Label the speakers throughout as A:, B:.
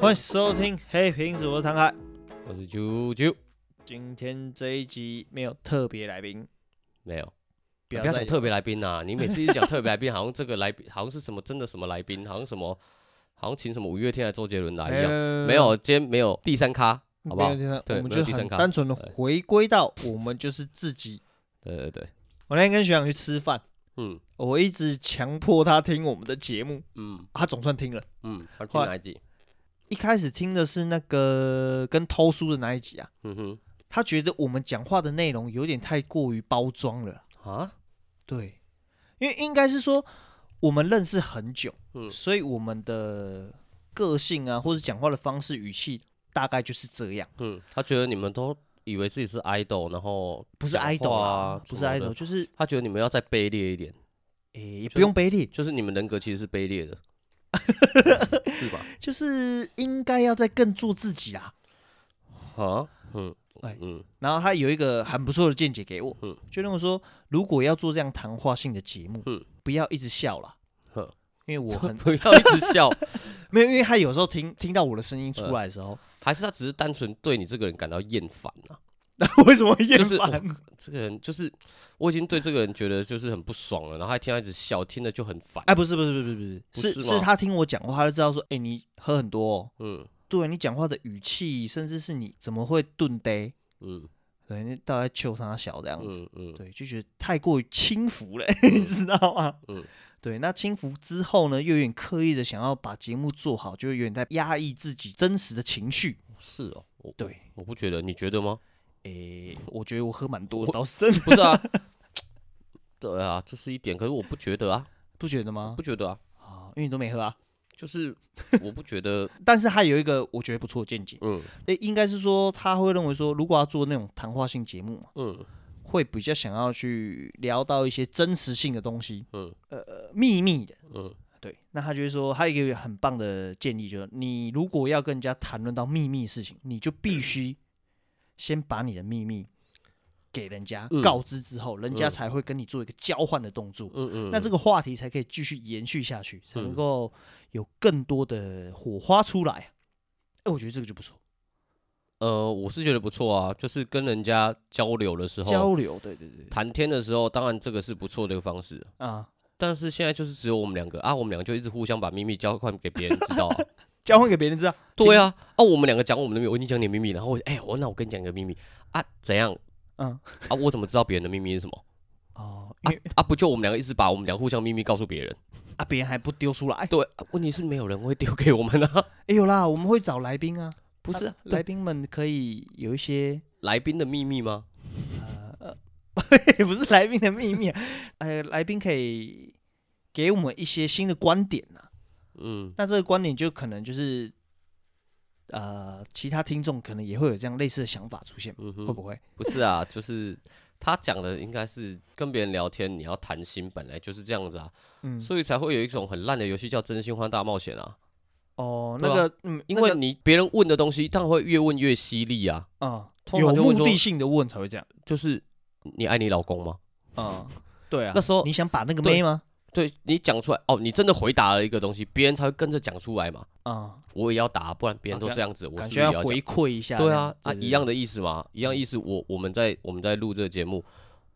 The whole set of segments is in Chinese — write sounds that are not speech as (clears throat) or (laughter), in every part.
A: 欢迎收听黑瓶子，我是唐凯。
B: 我是啾啾，
A: 今天这一集没有特别来宾，
B: 没有，
A: 不
B: 你
A: 要
B: 不要
A: 再讲
B: 讲特别来宾呐、你每次一讲特别来宾，好像这个来宾好像是什么真的什么来宾，好像什么，好像请什么五月天还是周杰伦来一样，没有，今天没有第三咖，好不好
A: 呃没有？听到
B: 对
A: 我们
B: 没
A: 就
B: 有第
A: 很
B: 三咖
A: 单纯的
B: 对
A: 回归到我们就是自己。
B: 对对对，
A: 我那天跟学长去吃饭，
B: 嗯
A: 我一直强迫他听我们的节目，啊
B: 嗯
A: 他总算听了。
B: 嗯，他听
A: 后来
B: 哪一集？
A: 一开始听的是那个跟偷书的那一集啊，
B: 嗯哼，
A: 他觉得我们讲话的内容有点太过于包装了。
B: 啊，
A: 对，因为应该是说我们认识很久，
B: 嗯
A: 所以我们的个性啊，或者讲话的方式、语气，大概就是这样，
B: 嗯，他觉得你们都以为自己是 idol，然后
A: 不是
B: 讲话
A: idol
B: 啊
A: 啦，不是
B: 什么的
A: idol，就是
B: 他觉得你们要再卑劣一点，
A: 诶、也
B: 就
A: 不用卑劣，
B: 就是你们人格其实是卑劣的，是吧？
A: 就是应该要再更做自己啦。
B: 啊，嗯
A: 哎
B: 嗯
A: 然后他有一个很不错的见解给我，
B: 嗯
A: 就认为说，如果要做这样谈话性的节目，
B: 嗯
A: 不要一直笑啦，
B: 呵，
A: 因为我很
B: 不要一直笑，
A: 没有，因为他有时候听听到我的声音出
B: 呃
A: 来的时
B: (laughs)
A: 候，
B: 还是他只是单纯对你这个人感到厌烦啊？
A: 为什么会厌
B: 就是我
A: 烦？
B: 这个人就是我已经对这个人觉得就是很不爽了，然后还听他一直笑，听着就很烦。
A: 哎，不是不是不是不是
B: 不
A: 是
B: 是
A: 是
B: 吗
A: 他听我讲话，他就知道说，哎，你喝很多、哦，
B: 嗯
A: 对你讲话的语气，甚至是你怎么会顿呆，
B: 嗯
A: 对，你到底在求啥小这样子，
B: 嗯嗯
A: 对，就觉得太过于轻浮了， (laughs) 你知道吗？
B: 嗯
A: 对，那轻浮之后呢，又有点刻意的想要把节目做好，就有点在压抑自己真实的情绪。
B: 是哦，我
A: 对，
B: 我不觉得，你觉得吗？
A: 诶，我觉得我喝蛮多的，倒是真的 (laughs)
B: 不是啊， (laughs) 对啊，这是一点，可是我不觉得啊，
A: 不觉得吗
B: 不？觉得啊，
A: 啊，因为你都没喝啊。
B: 就是我不觉得，
A: 但是他有一个我觉得不错的见解，
B: 嗯
A: 诶，应该是说他会认为说，如果要做那种谈话性节目嘛，
B: 嗯
A: 会比较想要去聊到一些真实性的东西，
B: 嗯
A: 呃，秘密的。
B: 嗯
A: 对，那他就会说，他有一个很棒的建议，就是你如果要跟人家谈论到秘密事情，你就必须先把你的秘密给人家
B: 嗯
A: 告知之后，人家
B: 嗯
A: 才会跟你做一个交换的动作，
B: 嗯嗯，
A: 那这个话题才可以继续延续下去，才能
B: 嗯
A: 够有更多的火花出来。哎、我觉得这个就不错，
B: 呃，我是觉得不错啊，就是跟人家交流的时候，
A: 交流，对对对，
B: 谈天的时候，当然这个是不错的一个方式，
A: 啊，
B: 但是现在就是只有我们两个啊，我们两个就一直互相把秘密交换给别人知道、啊。
A: 交换给别人知道，
B: 对啊，啊，我们两个讲我们的秘密，我跟你讲你的秘密，然后我哎、我那我跟你讲一个秘密啊，怎样
A: 嗯，
B: 啊？我怎么知道别人的秘密是什
A: (laughs)
B: 么
A: 哦，因
B: 啊
A: 为？
B: 啊，不就我们两个一直把我们俩互相秘密告诉别人？
A: 啊，别人还不丢出来，哎、
B: 对，啊问题是没有人会丢给我
A: (laughs)
B: 们啊，
A: 有啦，我们会找来宾啊，
B: 不是、
A: 啊
B: 啊、
A: 来
B: 来
A: 宾们可以有一
B: (laughs)
A: 些
B: 来宾的秘密吗？
A: 也不是来宾的秘 (laughs) 密、啊，呃，来宾可以给我们一些新的观点呐、
B: 嗯
A: 那这个观点就可能就是，呃，其他听众可能也会有这样类似的想法出现，
B: 嗯哼，
A: 哦会不会？
B: 不是啊， (laughs) 就是他讲的应该是跟别人聊天，你要谈心，本来就是这样子啊，
A: 嗯，
B: 所以才会有一种很烂的游戏叫真心话大冒险啊，
A: 哦，
B: 对
A: 那
B: 啊
A: 个，嗯，
B: 因
A: 那
B: 为
A: 个
B: 你别人问的东西，当然会越问越犀利啊，
A: 啊、
B: 通
A: 有
B: 常就
A: 目
B: 问
A: 的
B: 说
A: 性的问才会这样，
B: 就是你爱你老公吗？
A: 啊、对啊，
B: 那时候
A: 你想把那个
B: 对
A: 妹吗？
B: 对你讲出来哦，你真的回答了一个东西，别人才会跟着讲出来嘛。
A: 啊、
B: 我也要答，不然别人都
A: 感觉
B: 这样子，我
A: 哦感
B: 是不
A: 觉
B: 是也
A: 要
B: 要
A: 回
B: 讲？
A: 馈一下这，
B: 对啊，啊，
A: 对
B: 一样，的意思嘛，一样意思。我我们在我们在录这个节目，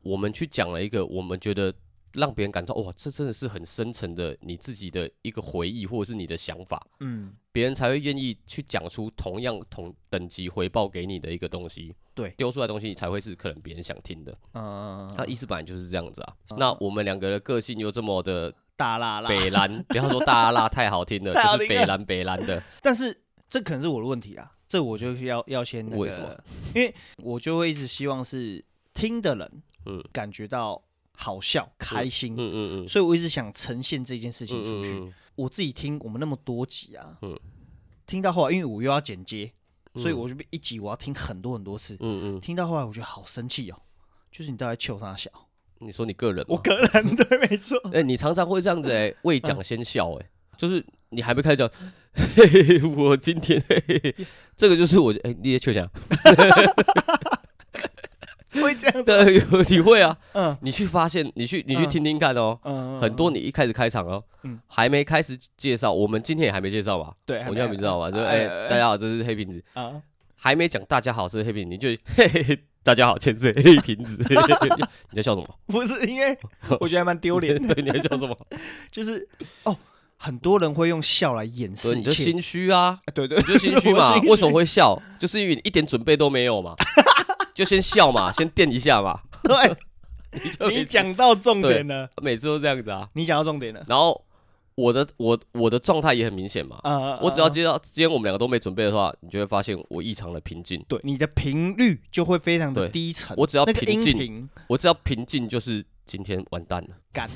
B: 我们去讲了一个我们觉得让别人感到哇，这真的是很深层的你自己的一个回忆或者是你的想法，
A: 对嗯，
B: 别人才会愿意去讲出同样同等级回报给你的一个东西。
A: 对
B: 丢出来的东西才会是可能别人想听的。
A: 嗯，
B: 他意思本来就是这样子啊。那我们两个的个性又这么的
A: 大辣辣，
B: 北
A: (laughs)
B: 蓝，不要说大阿拉太好听了，
A: 太好
B: 就
A: 听
B: 是
A: 了
B: 北蓝北蓝的，
A: 但是这可能是我的问题啦，这我就是要要先那个，
B: 为什么
A: 因为我就会一直希望是听的人，
B: 嗯
A: 感觉到好笑、开心，
B: 嗯嗯嗯，
A: 所以我一直想呈现这件事情
B: 嗯
A: 出去。
B: 嗯
A: 我自己听我们那么多集啊，
B: 嗯
A: 听到后来，因为我又要剪接，
B: 嗯
A: 所以我就一集我要听很多很多次，
B: 嗯嗯，
A: 听到后来我觉得好生气哦，就是你到底求啥小？
B: (laughs) 嗯你说你个人吗，
A: 个人对，没错 (laughs)
B: 哎，你常常会这样子哎，未讲先笑哎，就是你还没开始讲，嘿嘿嘿，我今天嘿嘿嘿，这个就是我哎、你也确讲，
A: 会这样子，
B: 对，有 (laughs) 你会啊，
A: 嗯
B: 你去发现，你去你去
A: 嗯
B: 听听看哦，
A: 嗯，
B: 很多你一开始开场哦，
A: 嗯
B: 还没开始介绍，我们今天也还没介绍嘛，
A: 对，
B: 我们还没知道嘛，就
A: 哎
B: 哎、
A: 哎哎
B: 大家好，这是黑瓶子，
A: 啊，
B: 还没讲大家好，这是黑瓶子，你就嘿嘿嘿，大家好，千岁黑瓶子， (laughs) 你在笑什么？
A: 不是因为我觉得还蛮丢脸的，
B: (laughs) 对，你在笑什么？
A: 就是哦，很多人会用笑来掩
B: 所以
A: 饰
B: 你
A: 一
B: 就
A: 切，
B: 心虚啊，
A: 啊 (laughs) 对对，
B: 你就心虚
A: (laughs) 我
B: 嘛
A: 心，虚
B: 为什么会笑？就是因为你一点准备都没有嘛，就先笑嘛，先垫一下嘛， (laughs)
A: 对，你讲到重
B: 对
A: 点了，
B: 每次都这样子啊。
A: 你讲到重点了，
B: 然后我的我我的状态也很明显嘛，
A: 啊，
B: 我只要
A: 啊
B: 接到今天我们两个都没准备的话，你就会发现我异常的平静。
A: 对你的频率就会非常的
B: 对
A: 低沉，
B: 我只要
A: 那个
B: 平
A: 音
B: 静
A: 频
B: 我只要平静，就是今天完蛋了，
A: 干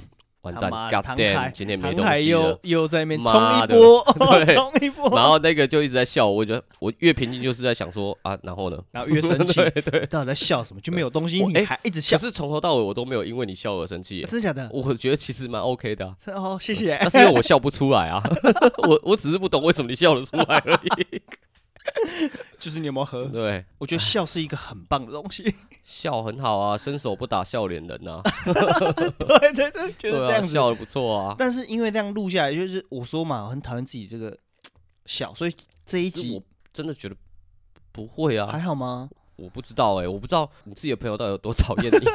B: 完
A: 他
B: 蛋
A: 妈的
B: ，God
A: 唐凯
B: damn，今天没
A: 唐
B: 东
A: 凯
B: 西
A: 又
B: 了。
A: 又在那边冲
B: 妈
A: 一
B: 的 (laughs)
A: 波，哦
B: 对
A: 冲一 (laughs) 波，
B: 然后那个就一直在笑我，我觉得我越平静就是在想说啊，然后呢？
A: (laughs) 然后越生气，
B: (laughs) 对
A: 你到底在笑什么？就没有东西，
B: 我
A: 你
B: 哎
A: 还一直笑
B: 可，是从头到尾我都没有因为你笑而生气耶
A: 啊，真的假的？
B: 我觉得其实蛮
A: (laughs)
B: OK 的啊、
A: 是哦，谢谢。
B: 但是因为我笑不出来啊， (laughs) 我我只是不懂为什么你笑得出来
A: (laughs)
B: 而已。
A: 就是你有没有喝？
B: 对，
A: 我觉得笑是一个很棒的东西。 (laughs)
B: 笑很好啊，伸手不打笑脸人呐、啊，
A: 对对对， (laughs) 就是
B: 对
A: 这
B: 啊，
A: 样子。
B: 笑得不错啊。
A: 但是因为这样录下来，就是我说嘛，我很讨厌自己这个笑，所以这一
B: 其实
A: 集
B: 我真的觉得不会啊，
A: 还好吗？
B: 我不知道哎、我不知道你自己的朋友到底有多讨
A: (laughs)
B: 厌你，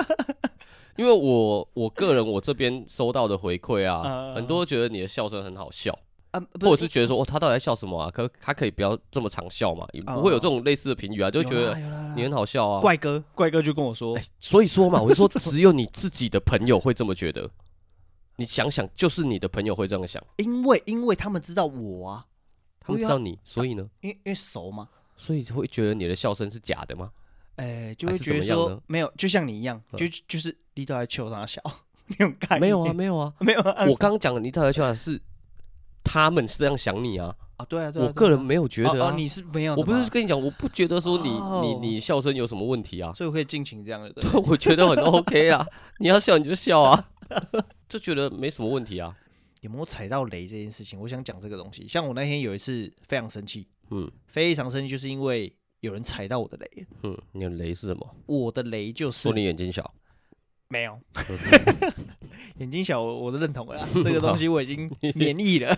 B: 因为我我个人我这边收到的回馈啊，
A: 嗯
B: 很多觉得你的笑声很好笑，
A: 啊，
B: 或
A: 不
B: 者是觉得说哦他到底在笑什么啊？可他可以不要这么常笑嘛，也
A: 嗯
B: 不会有这种类似的评语啊，就觉得你
A: 你
B: 很好笑啊。哎
A: 怪哥，怪哥就跟我说，
B: 所以说嘛，我就
A: (laughs)
B: 说只有你自己的朋友会这么觉得。你想想，就是你的朋友会这样想，
A: 因为因为他们知道我啊，
B: 他们
A: 对
B: 知
A: 啊
B: 道你，所以呢，
A: 因为因为熟嘛，
B: 所以会觉得你的笑声是假的吗？
A: 哎，就
B: 还
A: 会
B: 是
A: 觉得
B: 怎么样
A: 说
B: 呢嗯
A: 没有，就像你一样，就就是你都在求他 (laughs) 笑，那种概念。
B: 没有啊，，没
A: (laughs)
B: 有啊，
A: 没有啊，
B: 我刚刚讲的你到底笑的是他们是这样想你啊，
A: 啊，对啊，对啊，对啊
B: 我个人没有觉
A: 哦
B: 得
A: 哦
B: 啊，
A: 你是没有的
B: 我
A: 吗，
B: 不是跟你讲，我不觉得说你你
A: 哦，
B: 你笑声有什么问题啊
A: 所以我可以尽情这样的，对
B: 对 (laughs) 我觉得
A: (laughs)
B: 很 OK 啊，你要笑你就笑啊， (laughs) 就觉得没什么问题啊，
A: 有没有踩到雷这件事情，我想讲这个东西。像我那天有一次非常生气，
B: 嗯
A: 非常生气，就是因为有人踩到我的雷。
B: 嗯，你的雷是什么？
A: 我的雷就是
B: 说你眼睛小，嗯
A: 没有眼睛小，我我都认同了啦这个东西我已
B: (laughs)
A: 经免疫了，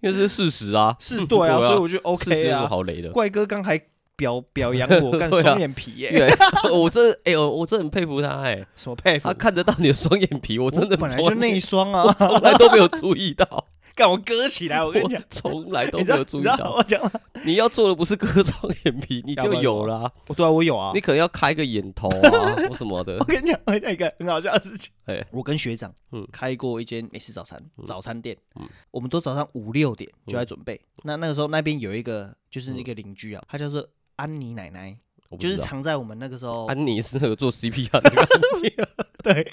B: 因为这是事实啊，
A: 是对啊，
B: 对啊
A: 所以我就
B: 事实
A: OK
B: 有什么
A: 啊。
B: 好雷的？
A: 怪哥刚才表表扬我，干
B: (laughs) 对啊 (laughs)
A: 双眼皮耶、
B: 因为我真的哎呦，我真的很佩服他
A: (laughs)
B: 哎，
A: 什么佩服
B: 他？看得到你的双眼皮，我
A: 我
B: 真的
A: 本来
B: 从
A: 就
B: (laughs)
A: 那一双啊，
B: 从来都没有注意到，
A: 干我割起 (laughs) 来，我跟你
B: 我
A: 讲，
B: 从来都
A: 你知
B: 没
A: 道
B: 有注
A: 你
B: 意
A: 知道
B: 到。
A: 我讲吗，
B: 你要做的不是割双眼皮，你
A: 要不
B: 就
A: 然
B: 有啦。
A: 我对啊，我有啊
B: 你，可能要开个眼头啊，或什么的
A: (laughs) 我。跟你讲，我讲一个很好笑的事情。
B: 哎
A: 我跟学长
B: 嗯
A: 开过一间美式早餐早餐店
B: 嗯，
A: 我们都早上五六点就在准备。那那个时候那边有一个就是一个邻居啊，他叫做安妮奶奶，
B: 嗯我不
A: 就是
B: 知道
A: 藏在我们那个时候
B: 安妮是那个做 CPR 的安妮啊，
A: (laughs) 对。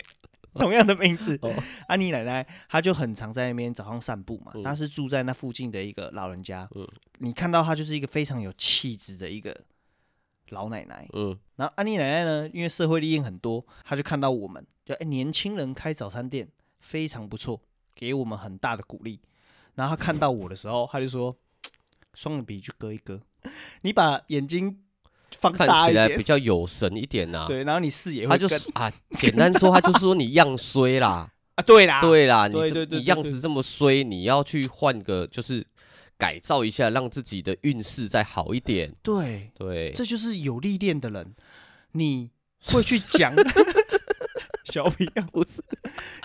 A: 同样的名字
B: (laughs) 哦，
A: 安妮奶奶，她就很常在那边早上散步嘛。
B: 嗯
A: 她是住在那附近的一个老人家
B: 嗯，
A: 你看到她就是一个非常有气质的一个老奶奶。
B: 嗯，
A: 然后安妮奶奶呢，因为社会历练很多，她就看到我们，就哎、年轻人开早餐店非常不错，给我们很大的鼓励。然后她看到我的时候，她就说：“双眼皮去割一割，你把眼睛放
B: 看
A: 大
B: 起
A: 一
B: 来比
A: 点，
B: 较有神一点呐。
A: 对，然后你视野
B: 他
A: 会
B: 就
A: 更
B: 是啊，简单说，他就是说你样衰啦，
A: (laughs) 啊，对啦，
B: 对啦，你
A: 对
B: 这
A: 对对
B: 你
A: 对
B: 样
A: 对
B: 子这么衰，你要去换个就是改造一下，让自己的运势再好一点。
A: 对，
B: 对，
A: 这就是有历练的人，你会去
B: (laughs)
A: 讲小品啊，
B: 不是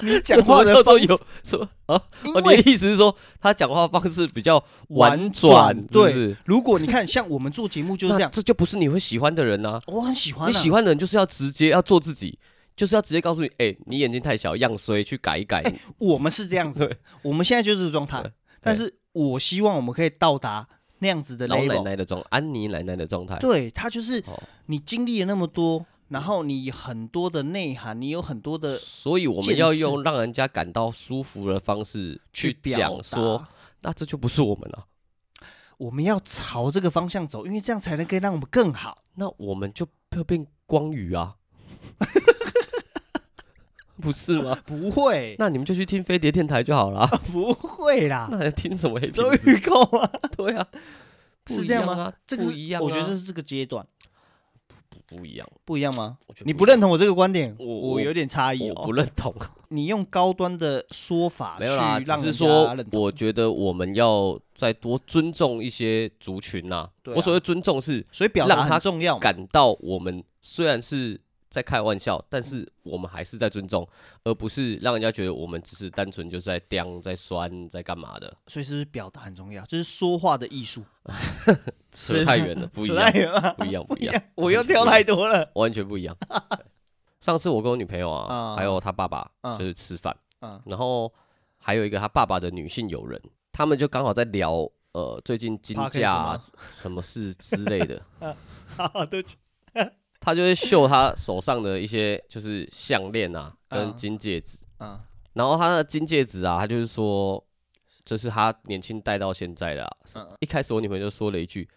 A: 你讲话
B: 什
A: 的
B: (laughs) 么叫做
A: 方式
B: 有什么啊？
A: 因
B: 哦，
A: 为
B: 你的意思是说他讲话方式比较婉转，
A: 转
B: 是，不
A: 对。
B: 是？
A: 如果你看像我们做节目就是这
B: 那
A: 样，
B: 这就不是你会喜欢的人呐。
A: 我很喜欢啊，
B: 你喜欢的人就是要直接要做自己，就是要直接告诉你，哎、你眼睛太小，样衰，去改一改。
A: 我们是这样子
B: 对，
A: 我们现在就是这个状态
B: 对，
A: 但是我希望我们可以到达那样子的
B: 老奶
A: level。
B: 奶的状，安妮奶奶的状态。
A: 对，它就是
B: 哦
A: 你经历了那么多，然后你很多的内涵，你有很多的
B: 所以我
A: 见
B: 们
A: 识
B: 要用让人家感到舒服的方式去
A: 表
B: 讲说
A: 达，，
B: 那这就不是我们了、
A: 我们要朝这个方向走，因为这样才能可以让我们更好。
B: 那我们就会变光宇啊。 (laughs) 不是吗？
A: 不
B: (laughs)
A: 会，
B: 那你们就去听飞碟电台就好
A: (laughs)
B: 了，啊
A: 不会啦，
B: 那还听什么黑
A: 都
B: 瓶子？
A: 预购啊，
B: 对啊，不
A: 是
B: 一
A: 这样
B: 样
A: 吗
B: 啊
A: 这个
B: 不
A: 是
B: 一样啊，
A: 我觉得这是这个阶段
B: 不一样，
A: 不一样吗？
B: 我觉得
A: 你
B: 一
A: 不
B: 样
A: 认同我这个观点，
B: 我
A: 我
B: 我
A: 有点诧异
B: 我不
A: 哦。
B: 认同，啊
A: 你用高端的说法去
B: 没有啦，
A: 让
B: 只是
A: 人
B: 说
A: 家认同，
B: 我觉得我们要再多尊重一些族群呐、
A: 对啊
B: 我所谓尊重是
A: 所以表
B: 让
A: 达
B: 他
A: 很重要嘛。
B: 感到我们虽然是在开玩笑，但是我们还是在尊重，而不是让人家觉得我们只是单纯就是在刁、在酸、在干嘛的，
A: 所以是不是表达很重要？就是说话的艺术，
B: (laughs) 扯太远 (laughs) 了，不一
A: 扯太
B: 样，
A: 远了
B: 不一样，不
A: 不
B: 一
A: 一
B: 样，
A: 样，我又挑太多了。
B: 完全 (laughs) 不一样。对上次我跟我女朋友啊，还有她爸爸
A: 嗯
B: 就是吃饭，
A: 嗯
B: 然后还有一个她爸爸的女性友人，他们就刚好在聊呃最近金
A: Podcast
B: 价、啊
A: 吗
B: 什么事之类的，
A: 好，对不起，
B: 他就会秀他手上的一些就是项链啊 (laughs) 跟
A: 嗯
B: 金戒指，
A: 嗯
B: 然后他的金戒指啊，他就是说这是他年轻戴到现在的、啊。
A: 嗯，
B: 一开始我女朋友就说了一句。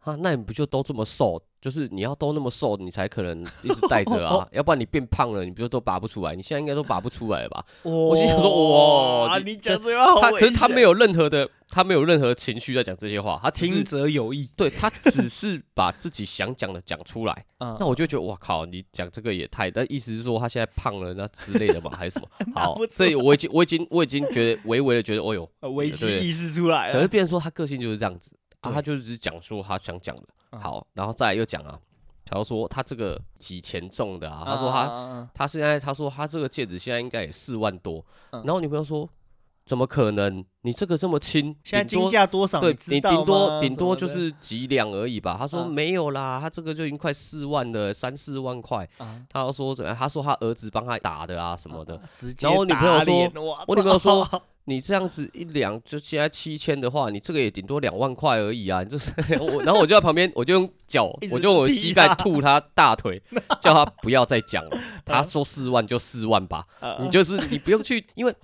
B: 啊，那你不就都这么瘦？就是你要都那么瘦，你才可能一直戴
A: (laughs)
B: 着啊，要不然你变胖了，你不就都拔不出来？你现在应该都拔不出来了吧？
A: 我
B: 心想说哇
A: 啊，
B: 你
A: 你讲这 (laughs) 话好
B: 他
A: 危
B: 可是他
A: 险
B: 没有任何的，他没有任何情绪在讲这些话，他只是
A: 听者有意，
B: 对他只是把自己想讲的讲出
A: (laughs)
B: 来。
A: 嗯
B: 那我就觉得，哇靠，你讲这个也太……那意思是说他现在胖了那之类的嘛，还是什
A: (laughs)
B: 么？好
A: 不，出
B: 所以我已经我已经我已经觉得微微的觉得，哦呦，
A: 呃危机
B: 对
A: 意识出来
B: 可是
A: 了，
B: 变成说他个性就是这样子啊，
A: 对
B: 他就只是讲说他想讲的。
A: 嗯
B: 好，然后再来又讲啊，然后说他这个几钱重的啊，他说他
A: 他
B: 他现在他说他这个戒指现在应该也四万多，
A: 嗯
B: 然后我女朋友说。怎么可能？你这个这么轻，
A: 现在
B: 顶多
A: 金价多少？
B: 对
A: 知道
B: 顶多
A: 吗
B: 顶多就
A: 什么
B: 是几两而已吧。他说
A: 嗯
B: 没有啦，他这个就已经快四万了，三四万块。
A: 的啊
B: 他说怎样？他说他儿子帮他打的啊什么的。
A: 直接
B: 然后我女朋友
A: 打
B: 说
A: 脸，哇
B: 我女朋友说
A: 操
B: 你这样子一两就现在七千的话，你这个也顶多两万块而已啊。你这是 (laughs) 我，然后我就在旁边，我就用脚
A: 一，直
B: 我就用我的
A: 踢
B: 膝盖
A: 他
B: 吐他
A: (laughs)
B: 大腿，叫他不要再讲了。他说四万就四万吧，
A: (laughs) 啊
B: 你就是你不用去，因为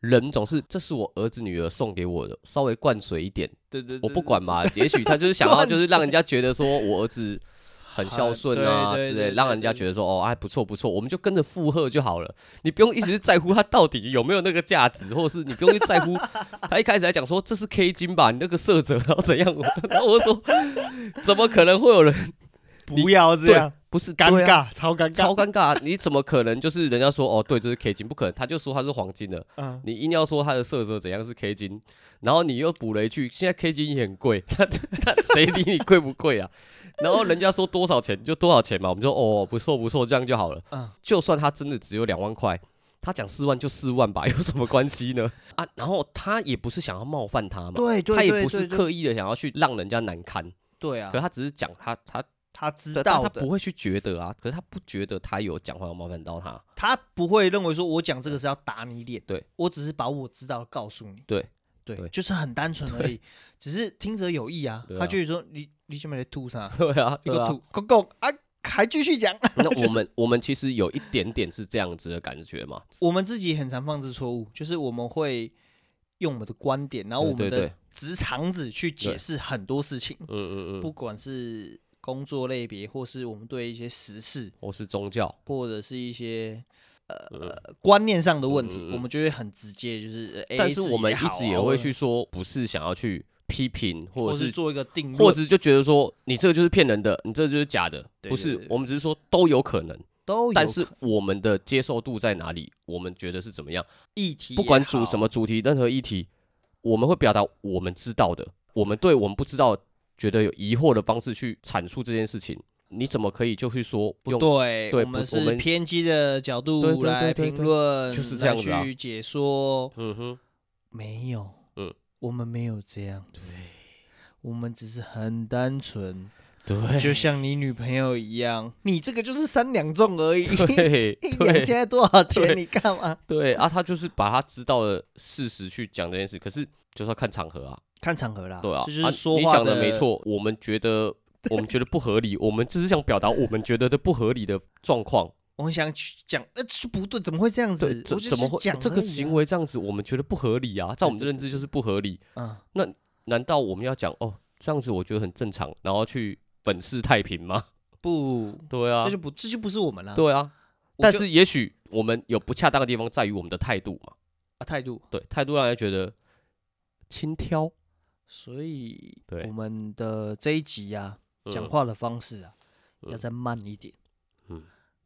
B: 人总是这是我儿子女儿送给我的，稍微灌水一点。
A: 对对，
B: 我
A: 对
B: 不管，
A: (laughs)
B: 嘛，也许他就是想要就是让人家觉得说我儿子很孝顺啊
A: 啊对
B: 之
A: 对
B: 类，
A: 对
B: 让人家觉得说哦哎不错不错，我们就跟着附和就好了，你不用一直在乎他到底有没有那个价值，或者是你不用去在乎
A: (laughs)
B: 他一开始还讲说这是 K 金吧，你那个色泽然后怎样， (laughs) 然后我就说怎么可能会有人
A: 不要这
B: 对
A: 样，
B: 不是
A: 尴
B: 对啊
A: 尬，超尴
B: 超
A: 尬，
B: 尴尬，你怎么可能就是人家说哦对这是 K 金，不可能，他就说他是黄金的，
A: 嗯，
B: 你硬要说它的色泽怎样是 K 金，然后你又补了一句，现在 K 金也很贵， (laughs) 那那谁理你贵不贵啊？然后人家说多少钱就多少钱嘛，我们说哦不错不错，这样就好了。
A: 嗯
B: 就算他真的只有两万块，他讲四万就四万吧，有 (laughs) 什么关系呢？啊，然后他也不是想要冒犯他嘛，
A: 对对，
B: 他也
A: 对
B: 不
A: 对
B: 是
A: 对
B: 刻意的想要去让人家难堪，
A: 对啊
B: 可，他只是讲他他
A: 他知
B: 但
A: 道
B: 他
A: 的
B: 不，会去觉得啊，可是他不觉得他有讲话要冒犯到他， (laughs)
A: 他不会认为说我讲这个是要打你脸，
B: 对
A: 我只是把我知道的告诉你，
B: 对
A: 对
B: 对，
A: 就是很单纯而已，只是听者有意啊
B: 对，啊
A: 他就是说你你先来吐啥，
B: (laughs) 对啊，
A: 一
B: 对
A: 个
B: 啊
A: 吐，公公啊，还继续讲， (laughs)
B: (laughs) 那我们我们其实有一点点是这样子的感觉嘛，
A: 我们自己很常犯这错误，就是我们会用我们的观点，然后
B: 对
A: 我们
B: 对对
A: 的直肠子去解释很多事情，
B: 嗯嗯
A: 不
B: 嗯，
A: 管是工作类别，或是我们对一些时事，
B: 或是宗教，
A: 或者是一些。呃，观念上的问题，
B: 嗯嗯嗯嗯
A: 我们就会很直接，就是。呃
B: 但
A: A
B: 是
A: 制
B: 我们
A: 也
B: 一
A: 好
B: 直
A: 啊
B: 也
A: 或
B: 会
A: 者
B: 去说，不是想要去批评，或
A: 或
B: 者
A: 是
B: 是
A: 做一个定论，
B: 或者就觉得说你这个就是骗人的，你这个就是假的，
A: 对
B: 不
A: 对
B: 是
A: 对，
B: 我们只是说都有可能，
A: 都有
B: 但是我们的接受度在哪里，我们觉得是怎么样，
A: 议题
B: 不
A: 也
B: 管主
A: 好
B: 什么主题，任何议题，我们会表达我们知道的，我们对我们不知道觉得有疑惑的方式去阐述这件事情。你怎么可以就去说
A: 不
B: 用
A: 对，
B: 对
A: 我
B: 不
A: 们
B: 我
A: 是
B: 们
A: 偏激的角
B: 对
A: 度
B: 对
A: 来
B: 对对
A: 评
B: 对
A: 论，
B: 就是这
A: 来
B: 样子啊
A: 去解说，
B: 嗯哼，
A: 没有，
B: 嗯，
A: 我们没有这样，对，我们只是很单纯，
B: 对，
A: 就像你女朋友一样，你这个就是三两重而已，
B: (laughs)
A: (laughs)
B: 对
A: 一两现在多少钱？
B: 对
A: 你干嘛？
B: 对啊，他就是把他知道的事实去讲这件事，可是就是要看场合啊，
A: 看场合啦，
B: 对啊，
A: 这就
B: 啊
A: 是说
B: 你
A: 话
B: 讲的没，错，我们觉得我们觉得不合理，我们只是想表达我们觉得的不合理的状况，
A: 我很想去讲，呃，这不对，怎么会这样子
B: 对，？怎
A: 我就
B: 怎么
A: 是
B: 会
A: 讲
B: 这
A: 而
B: 个
A: 已啊
B: 行？为这样子，我们觉得不合理啊，在我们的认知就是不合理，
A: 嗯，
B: 难道我们要讲哦这样子我觉得很正常，然后去粉饰太平吗？ (laughs)
A: 不，
B: 对啊
A: 这就，不这就不是我们啦，
B: 啊对啊，
A: 我
B: 但
A: 就是
B: 也许我们有不恰当的地方，在于我们的态度嘛。
A: 啊态度，
B: 对，态度让人觉得轻佻。
A: 所以
B: 对
A: 我们的这一集啊，
B: 嗯
A: 讲话的方式啊，要
B: 嗯
A: 再慢一点。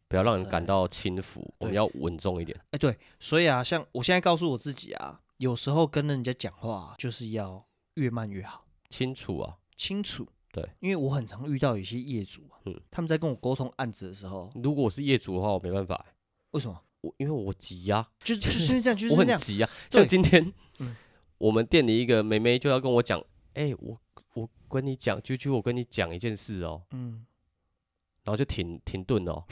B: 不要让人感
A: 在
B: 到轻浮，我们
A: 对
B: 要稳重一点。
A: 哎，对，所以啊，像我现在告诉我自己啊，有时候跟人家讲话啊、就是要越慢越好，
B: 清楚啊，
A: 清楚。
B: 对，
A: 因为我很常遇到有些业主啊，
B: 嗯
A: 他们在跟我沟通案子的时候，
B: 如果我是业主的话，我没办法欸、
A: 为什么？
B: 我因为我急呀、
A: 就就是因为这样，就是
B: 我
A: 这
B: 很
A: 样，
B: 急啊。
A: 对
B: 像今天
A: 嗯，
B: 我们店里一个妹妹就要跟我讲，哎、我我跟你讲，啾啾，我跟你讲一件事哦，
A: 嗯，
B: 然后就停停顿了哦，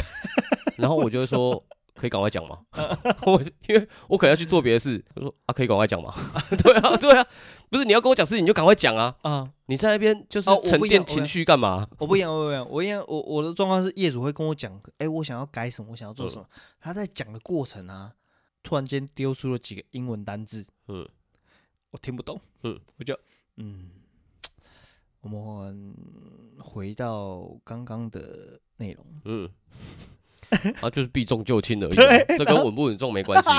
B: 然后我就会说。可以赶快讲吗？ (laughs) 我因为我可能要去做别的事，我说啊，可以赶快讲吗？ (laughs) 对啊，对啊，不是你要跟我讲事情，你就赶快讲啊！
A: 啊，
B: 你在那边就是
A: 哦我不
B: 沉
A: 一
B: 淀
A: 样我不一
B: 情
A: 样
B: 绪干嘛？
A: 我不一样，我不一样，我一样，我我的状况是业主会跟我讲，哎、我想要改什么，我想要做什么。
B: 嗯
A: 他在讲的过程啊，突然间丢出了几个英文单字，
B: 嗯，
A: 我听不懂，
B: 嗯，
A: 我就嗯，我们回到刚刚的内
B: (laughs)
A: 容，
B: 嗯，啊，就是避重就轻而已啊、这跟稳不稳重没关系。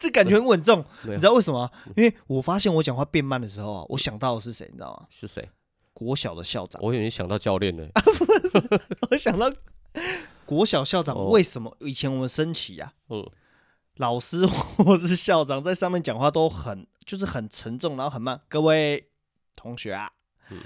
A: 这感觉很稳重，
B: (laughs) 对嗯
A: 你知道为什么啊、因为我发现我讲话变慢的时候啊，我想到的是谁，你知道吗？
B: 是谁？
A: 国小的校长，
B: 我有点想到教练呢、
A: 我想到国小校长
B: 哦
A: 为什么以前我们升旗啊呀、
B: 嗯
A: 老师或是校长在上面讲话都很就是很沉重，然后很慢。各位同学啊，
B: 嗯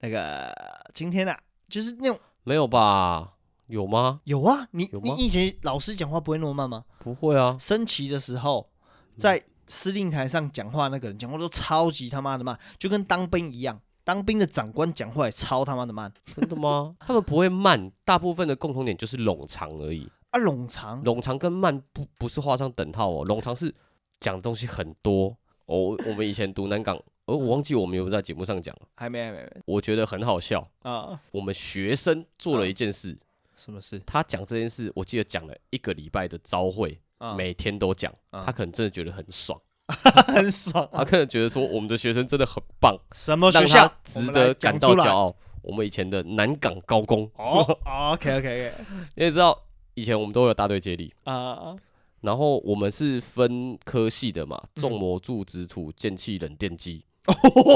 A: 那个今天啊，就是那种
B: 没有吧？有吗？
A: 有啊，你
B: 有
A: 你
B: 吗
A: 以前老师讲话不会那么慢吗？
B: 不会啊。
A: 升旗的时候，
B: 嗯
A: 在司令台上讲话那个人讲话都超级他妈的慢，就跟当兵一样，当兵的长官讲话也超他妈的慢
B: 真的吗？他们不会慢，大部分的共同点就是冗长而已。
A: 啊，冗长。
B: 冗长跟慢不不是画上等号哦，冗长是讲东西很多哦。我们以前读南港，而我忘记我们有没有在节目上讲了，
A: 还没还没还
B: 我觉得很好笑。
A: 没啊，
B: 我们学生做了一件事，
A: 什么事
B: 他讲这件事，我记得讲了一个礼拜的朝会，
A: 啊？
B: 每天都讲，
A: 啊
B: 他可能真的觉得很爽，
A: 很爽啊
B: 他可能觉得说我们的学生真的很棒，
A: 什么
B: 让
A: 哦学校
B: 他值得感到骄？傲。我们以前的南港高工，
A: 我们来讲出来哦，OK OK OK，
B: (laughs) 你也知道，以前我们都有大队接力，
A: 啊，
B: 然后我们是分科系的嘛，
A: 嗯
B: 重模铸纸土剑气冷电机， (laughs)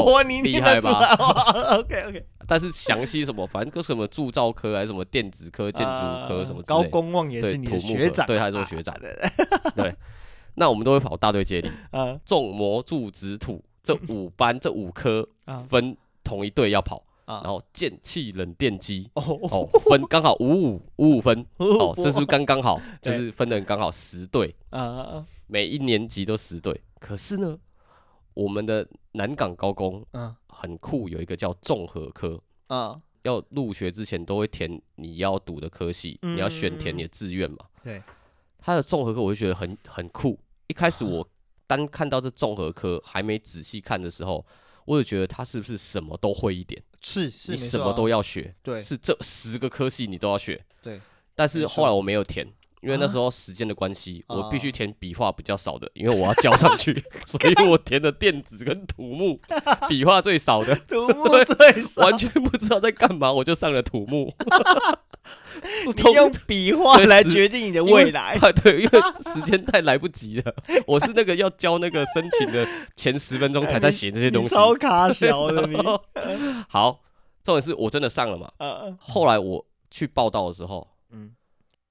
A: 哇，你
B: 厉
A: 念
B: 害
A: 得出
B: 吧
A: 来？OK OK，
B: 但是详细什么，反 (laughs) 正都是什么铸造科还是什么电子科、 (laughs) 建筑科什么之类
A: 啊高
B: 的
A: 公望也
B: 对
A: 是你
B: 土
A: 的
B: 木
A: 学
B: 科
A: 长，
B: 对，他是我学长
A: (laughs) 啊。对对
B: 那我们都会跑大队接力，
A: 啊
B: 重模铸纸土这五班这五科
A: (laughs) 啊
B: 分同一队要跑，
A: 啊
B: 然后剑气冷电机。
A: 哦，
B: 哦，分刚好五五五五分，
A: (laughs)
B: 哦，这是刚刚好，就
A: 对
B: 是分的刚好十队，
A: 啊啊
B: 每一年级都十队。可是呢，我们的南港高工
A: 啊
B: 很酷，有一个叫综合科，
A: 啊，
B: 要入学之前都会填你要读的科系，
A: 嗯
B: 你要选填你的志愿嘛。
A: 对，
B: 他的综合科我就觉得很很酷。一开
A: 啊
B: 始我单看到这综合科还没仔细看的时候，我就觉得他是不是什么都会一点，
A: 是是，
B: 你
A: 没
B: 什
A: 错
B: 么
A: 啊
B: 都要学，
A: 对
B: 是这十个科系你都要学。
A: 对，
B: 但是
A: 没
B: 后
A: 错
B: 来我没有填，因为那
A: 啊
B: 时候时间的关系，我必须
A: 哦
B: 填笔画比较少的，因为我要交
A: (laughs)
B: 上去， (laughs) 所以我填的电子跟土木，笔画最少的，
A: 土木最
B: (laughs)
A: 少，
B: 完全不知道在干嘛，我就上了土木。
A: 你用笔画
B: 对
A: 来
B: 只
A: 决定你的
B: 因为
A: 未来，
B: (laughs) 啊，
A: (laughs)
B: 对，因为时间太来不及了，我是那个要交那个申请的前十分钟才在写这些
A: 哎你
B: 东西。
A: 超卡小的
B: (laughs)
A: 你，
B: 好，重点是我真的上了嘛？
A: 啊
B: 后来我去报道的时候，
A: 嗯